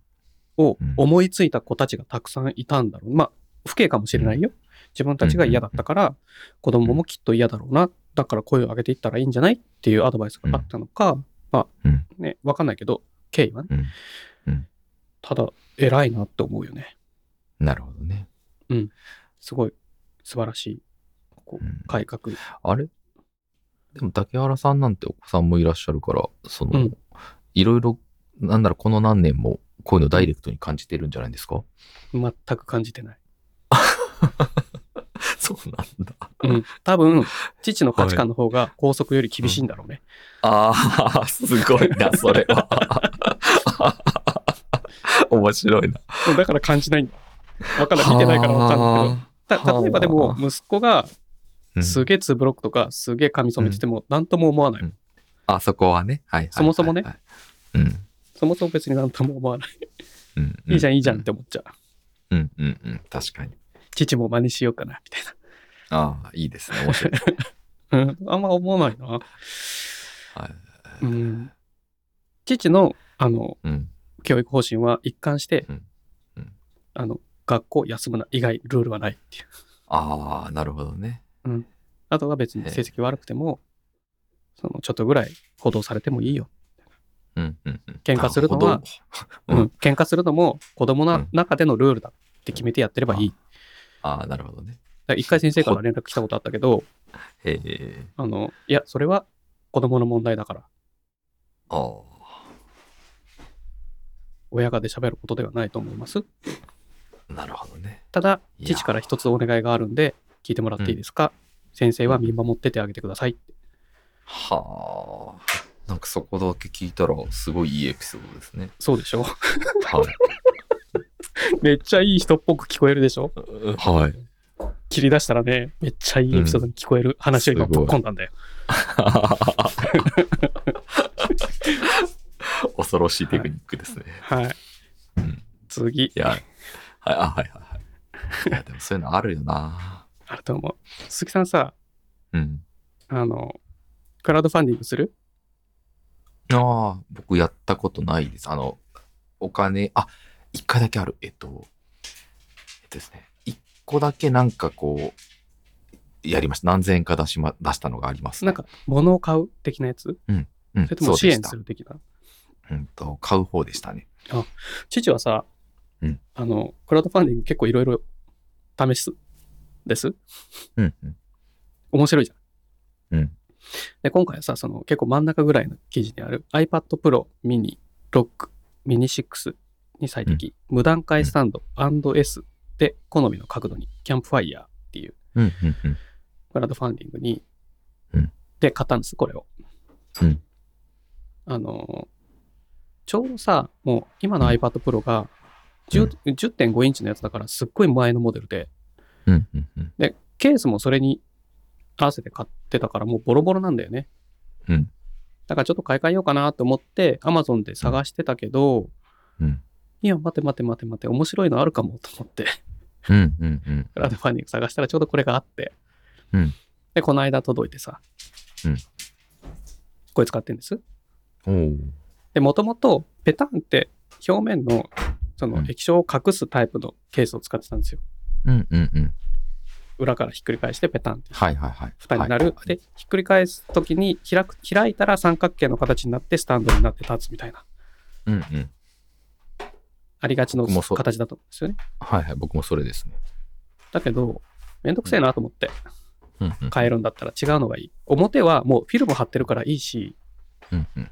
A: を
B: うん
A: 思いついた子たちがたくさんいたんだろう。まあ、不敬かもしれないよ。自分たちが嫌だったから、子供もきっと嫌だろうな。だから声を上げていったらいいんじゃないっていうアドバイスがあったのか、
B: うん
A: ね、わかんないけど、経緯はね。
B: うんうん
A: ただ、偉いなって思うよね。
B: なるほどね。
A: すごい、素晴らしい、こ
B: う
A: うん改革。
B: あれでも竹原さんなんてお子さんもいらっしゃるから、その、
A: うん
B: いろいろ、なんだろう、この何年もこういうのダイレクトに感じてるんじゃないで すか
A: 全く感じてない。
B: そうなんだ。
A: うん、多分、父の価値観の方が高速より厳しいんだろうね。
B: ああ、すごいな、それは。 面白いな。
A: そうだから感じないんだ。わかんない。見てないからわかんないけど。た例えばでも、息子が
B: うん
A: すげえツーブロックとか、すげえ髪染めてても、なんとも思わない。
B: うんあそこはね、はいはいはいはい
A: そもそもね。
B: うん。
A: そもそも別になんとも思わない。
B: うんう
A: いいじゃん、いいじゃんっ。て思っちゃう。
B: うんうんうん、確かに。
A: 父も真似しようかな、みたいな。
B: ああ、いいですね、面白い。
A: うん、あんま思わないな。
B: はい
A: うん、父のあの
B: うん、
A: 教育方針は一貫して、
B: うんうん
A: あの学校休むな以外ルールはないっていう。
B: ああ、なるほどね。
A: あとは別に成績悪くても、そのちょっとぐらい行動されてもいいよ。
B: うんうんうん。
A: 喧嘩するのは
B: なほ
A: う
B: どうんん
A: 喧嘩するのも子供
B: う
A: の
B: ん
A: 中でのルールだって決めてやってればいい。だか
B: ああ、なるほどね。
A: ら一回先生から連絡来たことあったけど、
B: へえ。
A: あのいや、それは子供の問題だから、
B: ああ。
A: 親がで喋ることではないと思います。
B: なるほどね。
A: ただ、
B: いや
A: 父から一つお願いがあるんで、聞いてもらっていいですか、先生は見守っててあげてください。
B: はあ。なんかそこだけ聞いたら、すごいいいエピソードですね。
A: そうでしょ
B: はい。
A: めっちゃいい人っぽく聞こえるでしょ
B: はい。
A: 切り出したらね、めっちゃいいエピソードに聞こえる話を今
B: すご
A: ぶっ込
B: い
A: んだんだよ。
B: 恐ろしいテクニックですね。
A: はい。
B: うん
A: 次
B: い、や、はい、あ、はい、はい。はいいや、でもそういうのあるよな。
A: あると思う。鈴木さんさ、
B: うん。
A: あの、クラウドファンディングする
B: ああ、僕やったことないです。あの、お金、あ、一回だけある。えっと、えっとですね、一個だけなんかこう、やりました。何千円か出しま、出したのがあります、
A: なんか、物を買う的なやつ
B: うん、
A: それとも支援
B: そうでした
A: する的な
B: うんと、買う方でしたね。
A: 父はさ、
B: うん
A: あの、クラウドファンディング結構いろいろ試す、です。
B: うん、うん。
A: 面白いじゃん。
B: うん
A: で、今回はさ、その結構真ん中ぐらいの記事にある iPad Pro Mini 6 Mini 6に最適、無段階スタンド &S で好みの角度にキャンプファイヤーっていう
B: うん、うん、うん。
A: クラウドファンディングに、
B: うん
A: で買ったんです、これを。
B: うん
A: あのー、ちょうどさ、もう今の iPad Pro が10 10.5インチのやつだからすっごい前のモデルで、
B: うん、うん、うん。
A: で、ケースもそれに合わせて買ってたからもうボロボロなんだよね。
B: うん
A: だからちょっと買い替えようかなと思って、Amazon で探してたけど、
B: うん
A: いや、待て待て待て待て、面白いのあるかもと思って、
B: うん、うん、うん。
A: クラウドファンディング探したらちょうどこれがあって、
B: うん
A: で、この間届いてさ、
B: うん
A: これ使ってんです。
B: おー
A: で、もともとペタンって表面のそうの
B: ん
A: 液晶を隠すタイプのケースを使ってたんですよ。
B: うん、うん、うん。
A: 裏からひっくり返してペタンって。
B: はい、はい、はい。
A: 蓋になる、
B: はい
A: でひっくり返す時に開く開いたら三角形の形になってスタンドになって立つみたいな
B: うん、うん。
A: ありがちの
B: 僕もそう
A: 形だと思うんですよね
B: はい、はい。僕もそれですね。
A: だけどめんどくせえなと思って
B: うん、うん。
A: 変えるんだったら違うのがいい表はもうフィルム貼ってるからいいし
B: うん、うん。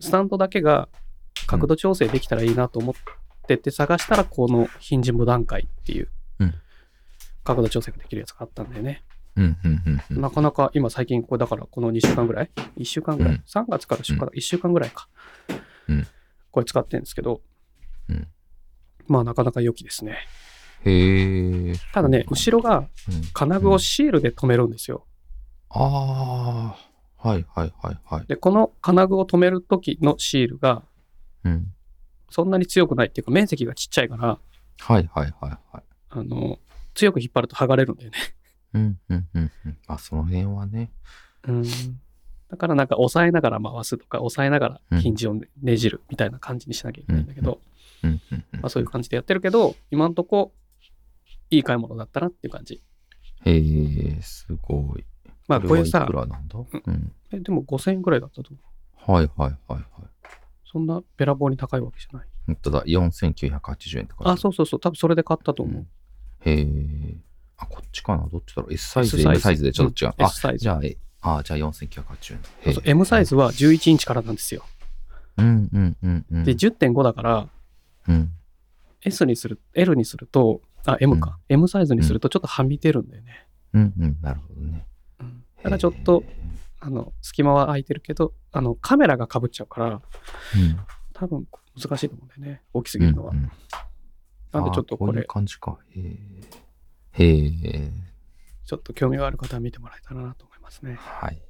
A: スタンドだけが角度調整できたらいいなと思ってて探したらこのヒンジ無段階っていう
B: うん
A: 角度調整ができるやつがあったんだよね、
B: うん、うん、うんうん。
A: なかなか今最近これだからこの2週間ぐらい1週間ぐらい、
B: うん
A: 3月から出荷だ1週間ぐらいか、
B: うん
A: これ使ってるんですけど、
B: うん
A: まあなかなか良きですね
B: へえ。
A: ただね
B: そう
A: 後ろが
B: うん
A: 金具をシールで止めるんですよ、
B: ああ、はいはいはいはい。
A: でこの金具を止める時のシールが
B: うん。
A: そんなに強くないっていうか面積がちっちゃいから
B: はいはいはいはい。
A: あの強く引っ張ると剥がれるんだよね、
B: うんうんうんうん。まあその辺はね。
A: うん、だからなんか押さえながら回すとか押さえなが
B: う
A: ら
B: ん
A: ヒンジをねねじるみたいな感じにしなきゃいけないんだけど、
B: うんうんうん。
A: まあ、そういう感じでやってるけど、今んとこ、いい買い物だったなっていう感じ。
B: へえ、すごい。
A: まあ、こういう
B: れ
A: さ
B: はいく、らなんだうん。
A: えでも5000円ぐらいだったと思う。
B: はいはいはいはい。
A: そんなべらぼうに高いわけじゃない。
B: 本当だ、4980円とか。
A: あ、そうそうそう。多分それで買ったと思う。
B: へえ。あ、こっちかなどっちだろう ?S サイズ、
A: S サイ
B: M
A: ズ
B: サイズでちょっと違う。
A: うん
B: あ、
A: S サイズ
B: じゃあ、えあ、じゃあ4980円だ。
A: そ
B: へえ
A: うそう M サイズは11インチからなんですよ。
B: うんうんうんうん。
A: で、10.5だから、
B: うん。
A: S にする、L にすると、あ、M か。M サイズにするとちょっとはみ出るんだよね。
B: うんうん。なるほどね。
A: うん。だからちょっと、あの、隙間は空いてるけど、あの、カメラが被っちゃうから、
B: へえ、
A: 多分難しいと思うんだよね。大きす
B: うん。
A: ぎるのは。
B: うんうん
A: なんでちょっと
B: あー
A: こ
B: うい
A: れ
B: う、感じか。へえ。へえ。
A: ちょっと興味がある方は見てもらえたらなと思いますね。
B: はい。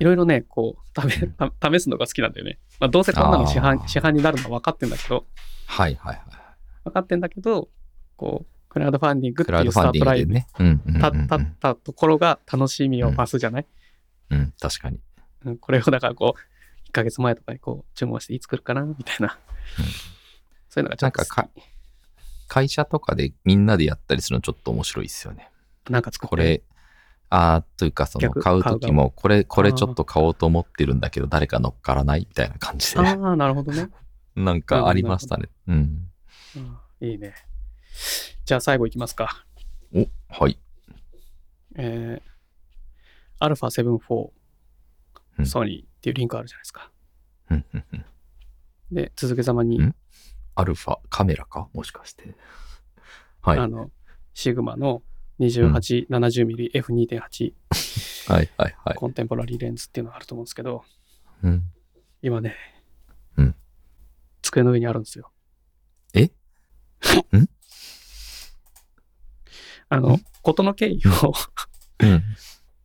A: いろいろね、こう、試
B: うん
A: た試すのが好きなんだよね。まあ、どうせこんなの市
B: あ
A: 販
B: ー
A: 市販になるのは分かってんだけど、
B: はいはいはい。
A: 分かってんだけど、こう、クラウドファンディングって
B: クラウ
A: い
B: ド
A: うス
B: フ
A: タ
B: ァン
A: ー
B: ディ
A: ト
B: ン
A: ラ
B: グ
A: イ
B: で
A: ン
B: ね。うんうんうんうん。
A: た立ったところが楽しみを増すじゃない、
B: うん、確かに。
A: うんこれをだからこう、1ヶ月前とかにこう、注文していつ来るかなみたいな。そういうのがちょっと
B: なんか会社とかでみんなでやったりするのちょっと面白いですよね。
A: なんか作って
B: これ、あーというかその
A: 逆
B: 買う時も、これ、これちょっと買おうと思ってるんだけど、誰か乗っからないみたいな感じで、
A: ああ、なるほどね、
B: なんかありましたね。うん。
A: うんいいね。じゃあ最後いきますか。
B: お、はい。
A: えー、α7-4、
B: うん
A: ソニーっていうリンクあるじゃないですか。
B: うんうんうん
A: で、続けざまに、
B: うんアルファ、カメラかもしかして。はい。
A: あ
B: はい
A: の、シグマの28、70mmF2.8
B: はいはい。
A: コンテンポラリーレンズっていうのがあると思うんですけど、
B: うん、
A: 今ね、
B: うん
A: 机の上にあるんですよ。
B: え ん
A: あ
B: ん
A: の、事の経緯を
B: うん。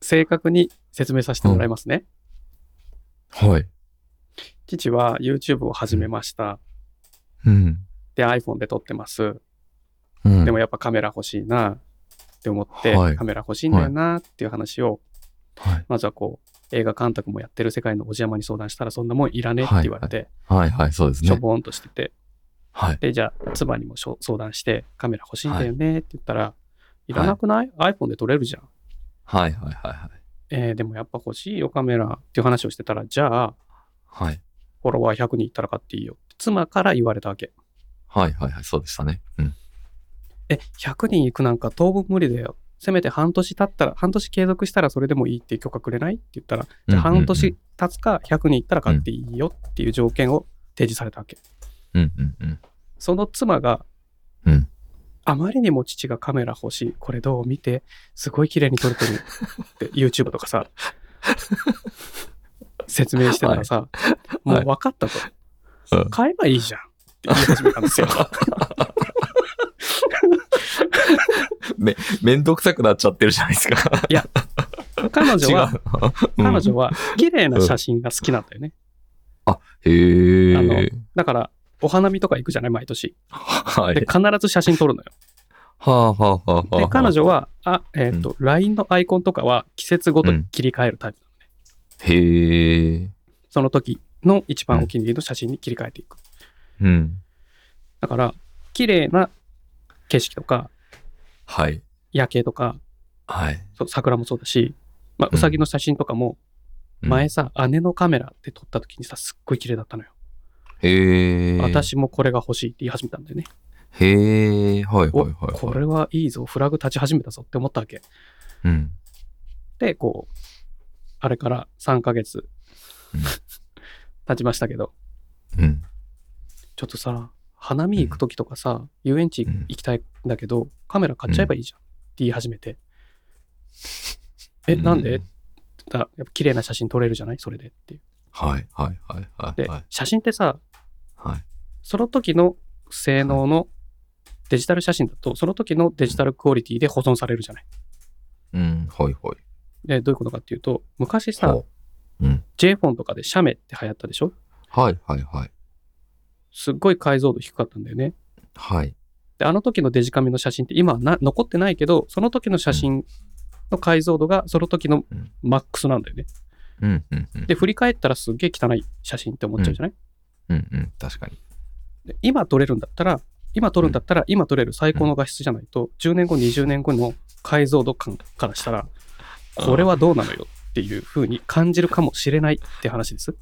A: 正確に説明させてもらいますね。
B: はい。
A: 父は YouTube を始めました。
B: うん。
A: で、iPhone で撮ってます。
B: うん
A: でもやっぱカメラ欲しいなって思って、
B: はい
A: カメラ欲しいんだよなっていう話を、
B: はい
A: まずはこう、映画監督もやってる世界のおじやまに相談したら、そんなもんいらねって言われて、
B: はいはい、そうです
A: しょ
B: ね。
A: ぼーんとしてて、
B: はい。
A: で、じゃあ、妻にもしょ相談して、カメラ欲しいんだよねって言ったら、い、らなくない、?iPhone で撮れるじゃん。
B: はいはいはいはい。
A: えーでもやっぱ欲しいよ、カメラっていう話をしてたら、じゃあ、
B: はい。
A: フォロワー100人いったら買っていいよって妻から言われたわけ。
B: はいはいはい、そうでしたね。うん。
A: え、100人行くなんか当分無理だよ。せめて半年経ったら、半年継続したらそれでもいいっていう許可くれないって言ったら、じゃあ
B: うんうんうん
A: 半年経つか100人行ったら買っていいよっていう条件を提示されたわけ。
B: うんうんうん。
A: その妻が、
B: うん
A: あまりにも父がカメラ欲しい、これどう見て、すごい綺麗に撮れてる って YouTube とかさ、説明してたらさ、もう分かったと。
B: うん
A: 買えばいいじゃんって言い始めたん ですよ。
B: め、めんどくさくなっちゃってるじゃないですか。
A: 彼女は、
B: 違う。
A: 彼女は綺麗な写真が好きなんだよね。
B: うんへ
A: あの
B: え。
A: だから、お花見とか行くじゃない毎年。
B: は
A: で、
B: い。
A: 必ず写真撮るのよ。
B: はあはあはあはあ。
A: で、彼女は、あ、えっ、と、LINE のアイコンとかは季節ごとに切り替えるタイプ。
B: へえ。
A: その時の一番お気に入りの写真に切り替えていく。
B: うん。
A: だから、綺麗な景色とか、
B: はい。
A: 夜景とか、
B: はい。
A: そう桜もそうだし、まあ、
B: うん
A: うさぎの写真とかも、
B: うん
A: 前さ、姉のカメラで撮った時にさ、すっごい綺麗だったのよ。
B: へえ。。
A: 私もこれが欲しいって言い始めたんだよね。
B: へえ。はいはい
A: お、
B: はいはい。
A: これはいいぞ、フラグ立ち始めたぞって思ったわけ。
B: うん。
A: で、こう、あれから3ヶ月
B: うん
A: 経ちましたけど、
B: うん。
A: ちょっとさ、花見行く時とかさ、遊園地行きたいんだけど、カメラ買っちゃえばいいじゃんって言い始めて、え、なんで
B: う
A: って言ったらやっぱ綺麗な写真撮れるじゃないそれでっていう。
B: はいはいはいはい。
A: で
B: はい、
A: 写真ってさ、
B: はい。
A: その時の性能のデジタル写真だと、その時のデジタルクオリティで保存されるじゃない。
B: うん。はいはい。
A: で、どういうことかっていうと、昔さ、
B: ほううん
A: J フォンとかで写メって流行ったでしょ
B: はいはいはい。
A: すっごい解像度低かったんだよね。
B: はい。
A: で、あの時のデジカメの写真って今はな残ってないけど、その時の写真の解像度がその時の
B: うん
A: マックスなんだよね。
B: うんうんうん。
A: で、振り返ったらすっげえ汚い写真って思っちゃうじゃない、
B: うんうん。確かに。
A: で今撮れるんだったら、今撮るんだったら、今撮れる最高の画質じゃないと、10年後、20年後の解像度感からしたら、これはどうなのよっていう風に感じるかもしれないって話です。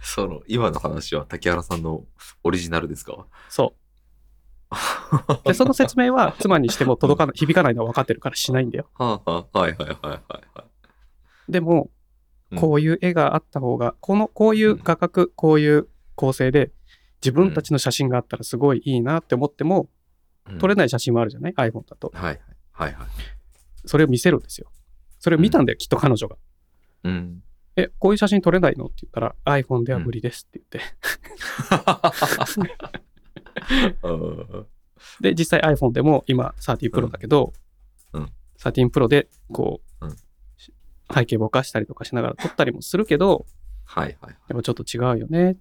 B: その、今の話は竹原さんのオリジナルです か
A: そう。で、その説明は妻にしても届かない、響かないのは分かってるからしないんだよ。
B: はあはあはいはいはいはいはい。
A: でも
B: う、ん
A: こういう絵があった方が、この、こういう画角、こういう構成で、自分たちの写真があったらすごいいいなって思っても、撮れ
B: な
A: な
B: い。
A: い写真もあるじゃない ?iPhone だと。
B: はいはいはいはい。
A: それを見せるんですよ。それを見たんだよ、きっと彼女が。
B: うん。
A: え、こういう写真撮れないのって言ったら、iPhone では無理ですって言って。
B: うん
A: で、実際 iPhone でも今13 Pro だけど、
B: うんうん
A: 13 Pro でこう、
B: うん
A: 背景ぼかしたりとかしながら撮ったりもするけど、
B: はいはい。
A: やっぱちょっと違うよね。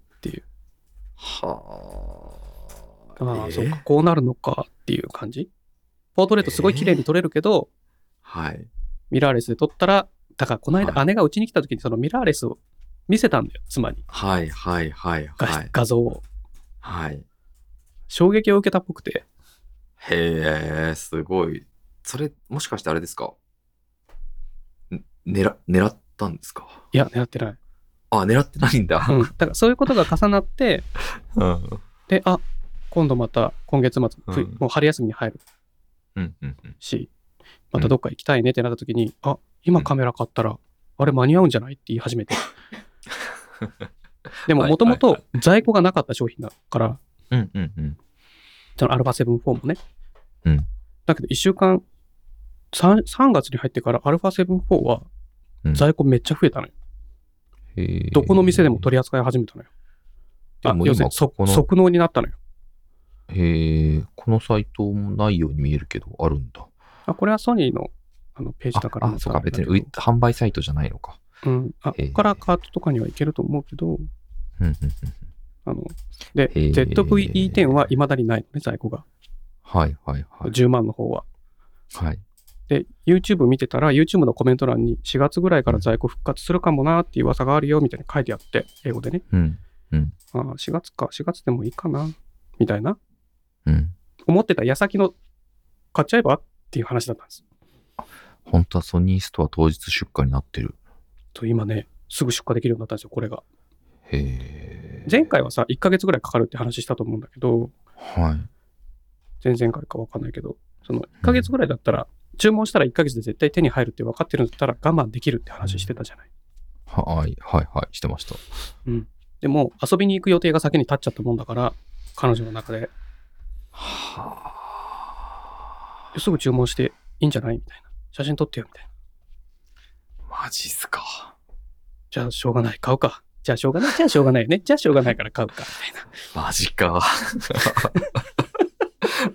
B: はあ。
A: ああ、
B: えー
A: そうか、こうなるのかっていう感じ。ポートレートすごい綺麗に撮れるけど、
B: はい。
A: ミラーレスで撮ったら、だからこの
B: は
A: 間姉がうちに来た時にそのミラーレスを見せたんだよ、妻に。
B: はいはいはい
A: 画
B: はい。
A: 画像を。
B: はい。
A: 衝撃を受けたっぽくて。
B: へえ、すごい。それ、もしかしてあれですかん狙、狙ったんですか
A: いや、狙ってない。
B: あ、狙ってないんだ。
A: うん。だからそういうことが重なって、
B: うん。
A: で、あ今度また今月末、ふ
B: うん
A: もう春休みに入る
B: うんうんうん。
A: し、またどっか行きたいねってなった時に、あ今カメラ買ったら、あれ間に合うんじゃないって言い始め て。でも、
B: はい
A: もとも
B: はい
A: と在庫がなかった商品だから、
B: うんうんうん。
A: その α7-4 もね。
B: うん
A: だけど、1週間3、3月に入ってから α7-4 は
B: うん
A: 在庫めっちゃ増えたのよ。どこの店でも取り扱い始めたのよ。
C: で
A: あ
C: も
A: 要する
C: 今
A: に即
C: この
A: 即納になったのよ。
C: へえ、このサイトもないように見えるけど、あるんだ。
A: あこれはソニーのあのページだから
C: ああ、そうか、別に
A: う
C: 売り販売サイトじゃないのか。
A: うん。あ、こ
C: えー
A: こからカートとかにはいけると思うけど、
C: うんうんうん
A: あの、で、
C: えー
A: ZVE10 はいまだにないのね、在庫が。
C: はいはいはい。
A: 10万の方は。
C: はい。
A: で、YouTube 見てたら、YouTube のコメント欄に4月ぐらいから在庫復活するかもなーっていう噂があるよ、みたいに書いてあって、英語でね。
C: うん
A: あー4月か、4月でもいいかな、みたいな。
C: うん。
A: 思ってた矢先の買っちゃえばっていう話だったんです。
C: 本当はソニーストア当日出荷になってる。
A: と今ね、すぐ出荷できるようになったんですよ、これが。
C: へえ。
A: 前回はさ、1ヶ月ぐらいかかるって話したと思うんだけど、
C: はい。
A: 前々回か分かんないけど、その1ヶ月ぐらいだったら、注文したら1ヶ月で絶対手に入るって分かってるんだったら我慢できるって話してたじゃない。
C: はいはいはい、してました。
A: でも、遊びに行く予定が先に立っちゃったもんだから、彼女の中で、すぐ注文していいんじゃないみたいな。写真撮ってよ、みたいな。
B: マジっすか。
A: じゃあ、しょうがない。買うか。じゃあ、しょうがない。じゃあ、しょうがないよね。じゃあ、しょうがないから買うか。みたいな。
B: マジ か。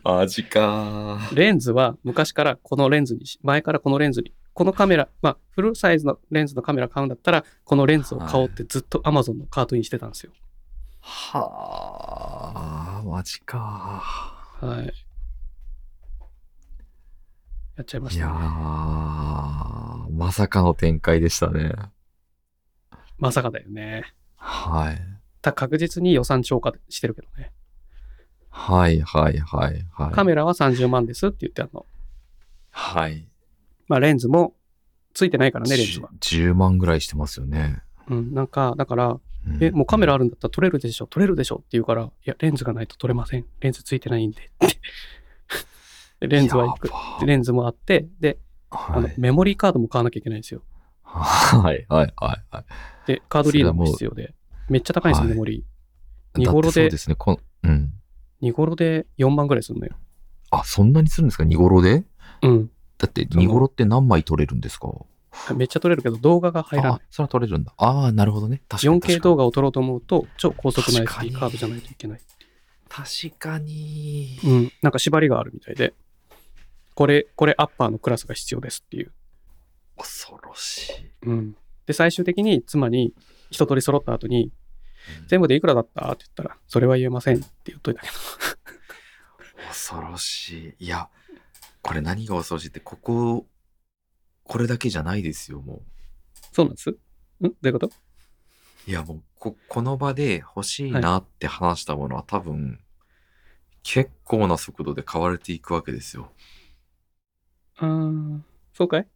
B: マジか。
A: レンズは昔からこのレンズにし、前からこのレンズに、このカメラ、まあ、フルサイズのレンズのカメラ買うんだったら、このレンズを買おうってずっと Amazon のカートインしてたんですよ。
B: はあ、マジか。
A: はい。やっちゃいまし
B: い
A: た
B: やー
A: ね。
B: まさかの展開でしたね。
A: まさかだよね。
B: はい。
A: た確実に予算超過してるけどね。
B: はいはいはいはい。
A: カメラは30万ですって言ってあるの。
B: はい。
A: まあレンズもついてないからね、レンズ
C: じゅ
A: は。
C: 10万ぐらいしてますよね。
A: うん、なんか、だから、
C: ん
A: え、もうカメラあるんだったら撮れるでしょ、撮れるでしょって言うから、いや、レンズがないと撮れません。レンズついてないんで。で レンズはいく
B: や。ば
A: レンズもあって、で、あ
C: は
A: の
C: い。
A: メモリーカードも買わなきゃいけないんですよ。
B: はいはいはいはい。
A: で、カードリーダーも必要で。めっちゃ高いんですよ、
C: はい
A: メモリー。
C: だって
A: 見頃で
C: そうですね。このうん。
A: 2頃で4万ぐらいするのよ。
C: あ、そんなにするんですか二頃で
A: うん。
C: だって二頃って何枚取れるんですか
A: めっちゃ撮れるけど、動画が入らない
C: あ、それは取れるんだ。ああ、なるほどね。確かに確か
A: 4K
C: に。
A: 動画を撮ろうと思うと、超高速な
B: 確かに
A: SD カードじゃないといけない。
B: 確かに。
A: うん、なんか縛りがあるみたいで、これ、これアッパーのクラスが必要ですっていう。
B: 恐ろしい。
A: うん。で、最終的に妻に一通り揃った後に、全部でいくらだったって言ったら、それは言えませんって言っといたけど。
B: 恐ろしい。いや、これ何が恐ろしいって、ここ、これだけじゃないですよ、もう。
A: そうなんですんどういうこと
B: いやもうこ、この場で欲しいなって話したものは多分、結構な速度で買われていくわけですよ。
A: あー、そうかい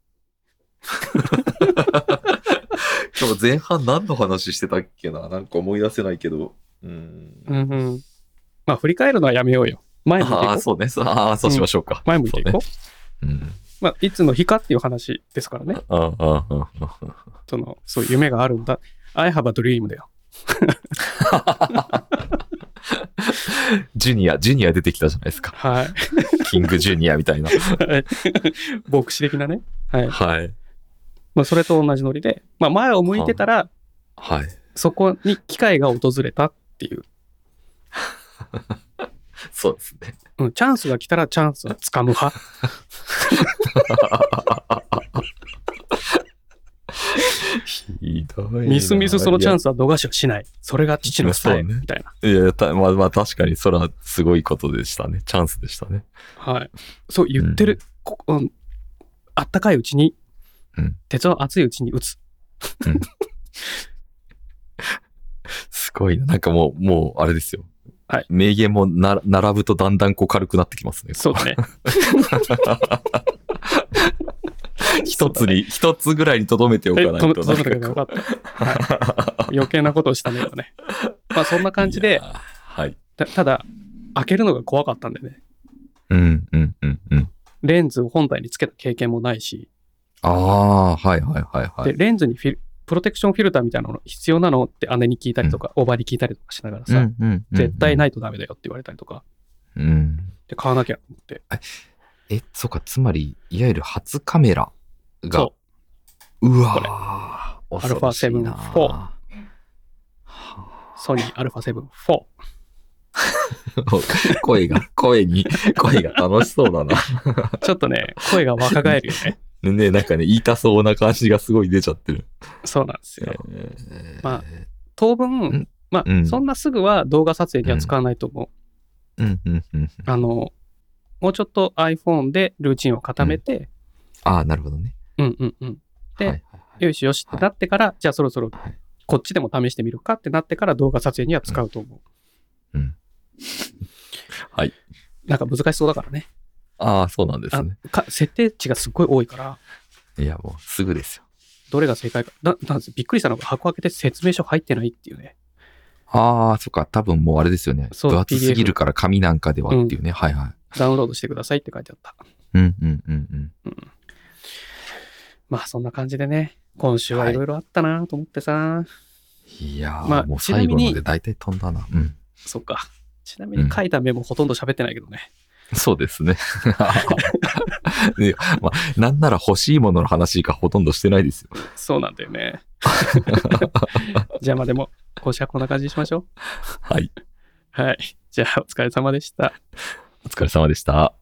B: でも前半何の話してたっけななんか思い出せないけど。うん。
A: うんうん。まあ、振り返るのはやめようよ。前向いてい
B: あ
A: こ
B: あ、
A: う。
B: そうね。そうああ、そうしましょうか。
A: 前向いていこう。
B: そうね。うん。
A: まあ、いつの日かっていう話ですからね。
B: ああ、ああ、ああ。
A: その、そう、夢があるんだ。I have a dream だよ。
B: ジュニア、ジュニア出てきたじゃないですか。
A: はい。
B: キングジュニアみ たいな。
A: 牧師的なね。はい。
B: はい。
A: まあ、それと同じノリで、まあ、前を向いてたら、
B: はい。
A: そこに機会が訪れたっていう。
B: そうですね。
A: うん、チャンスが来たらチャンスはつかむ派。
B: ひど いな。
A: ミスミスそのチャン
B: ス。
A: スは逃しはしない。それが父のスタイルみたいな。
B: いや、たまあまあ確かにそれはすごいことでしたね。チャンスでしたね。
A: はい。そう言ってる。こうんあったかいうちに、
B: うん
A: 鉄は熱いうちに打つ。
B: すごいな。なんかもう、もうあれですよ。
A: はい。
B: 名言もな並ぶとだんだんこう軽くなってきますね。
A: そう だね。
B: 一つに、一つぐらいに留めておか
A: え
B: ないと。
A: ととどめとけば
B: なん
A: よ
B: か
A: かった。はい、余計なことをしたね、今ね。まあそんな感じ
B: い
A: で
B: や、ーはい。
A: たただ、開けるのが怖かったんでね。
B: うん、うん、うん、うん。
A: レンズを本体につけた経験もないし、
B: ああー、はい、はい、はい、は
A: で
B: い。
A: レンズにフィルプロテクションフィルターみたいなの必要なのって姉に聞いたりとか、おばに聞いたりとかしながらさ、
B: うんうん。
A: 絶対ないいとダメだよって言われたりとか、
B: うん。
A: で買わなきゃと思って。
B: え、そうか、つまり、いわゆる初カメラが
A: そう
B: わぁ、
A: れ
B: 恐ろしいな
A: アルファ7 4う、ソニー α7 IV。
B: 声が、声に、 声が楽しそうだな。
A: ちょっとね、声が若返るよ ね。
B: ね、なんかね、言いたそうな感じがすごい出ちゃってる。
A: そうなんですよ。
B: えー
A: ま当分
B: ん、
A: ま
B: うん
A: あ、そんなすぐは動画撮影には使わないと思う。
B: うんうんうんうん。
A: あの、もうちょっと iPhone でルーチンを固めて、
B: ああ、なるほどね。
A: うんうんうん。で
B: はいはい
A: よしよしってなってから、じゃあそろそろ
B: はい
A: こっちでも試してみるかってなってから動画撮影には使うと思う。
B: うん。はい。
A: なんか難しそうだからね。
B: ああ、そうなんですね。
A: あか設定値がすっごい多いから、
B: いや、もうすぐですよ。
A: どれが正解か。ななんですびっくりしたのが箱開けて説明書入ってないっていうね。
B: ああ、そっか、多分もうあれですよね。
A: そう
B: 分厚すぎるから紙なんかではっていうね。はいはい。
A: ダウンロードしてくださいって書いてあった。
B: うんうんうんうん。
A: まあそんな感じでね、今週はいろいろあったなと思ってさ、
B: いやー、
A: まあ
B: もう
A: ちなみ
B: 最
A: に
B: 後まで大体飛んだな。うん。
A: そっか。ちなみに書いたメモほとんど喋ってないけどね。
B: そうですね。 ねまあ、なんなら欲しいものの話がほとんどしてないですよ。
A: そうなんだよ ね。じゃあまあでも、今週はこんな感じにしましょう。
B: はい。
A: はい。じゃあお疲れ様でした。
B: お疲れ様でした。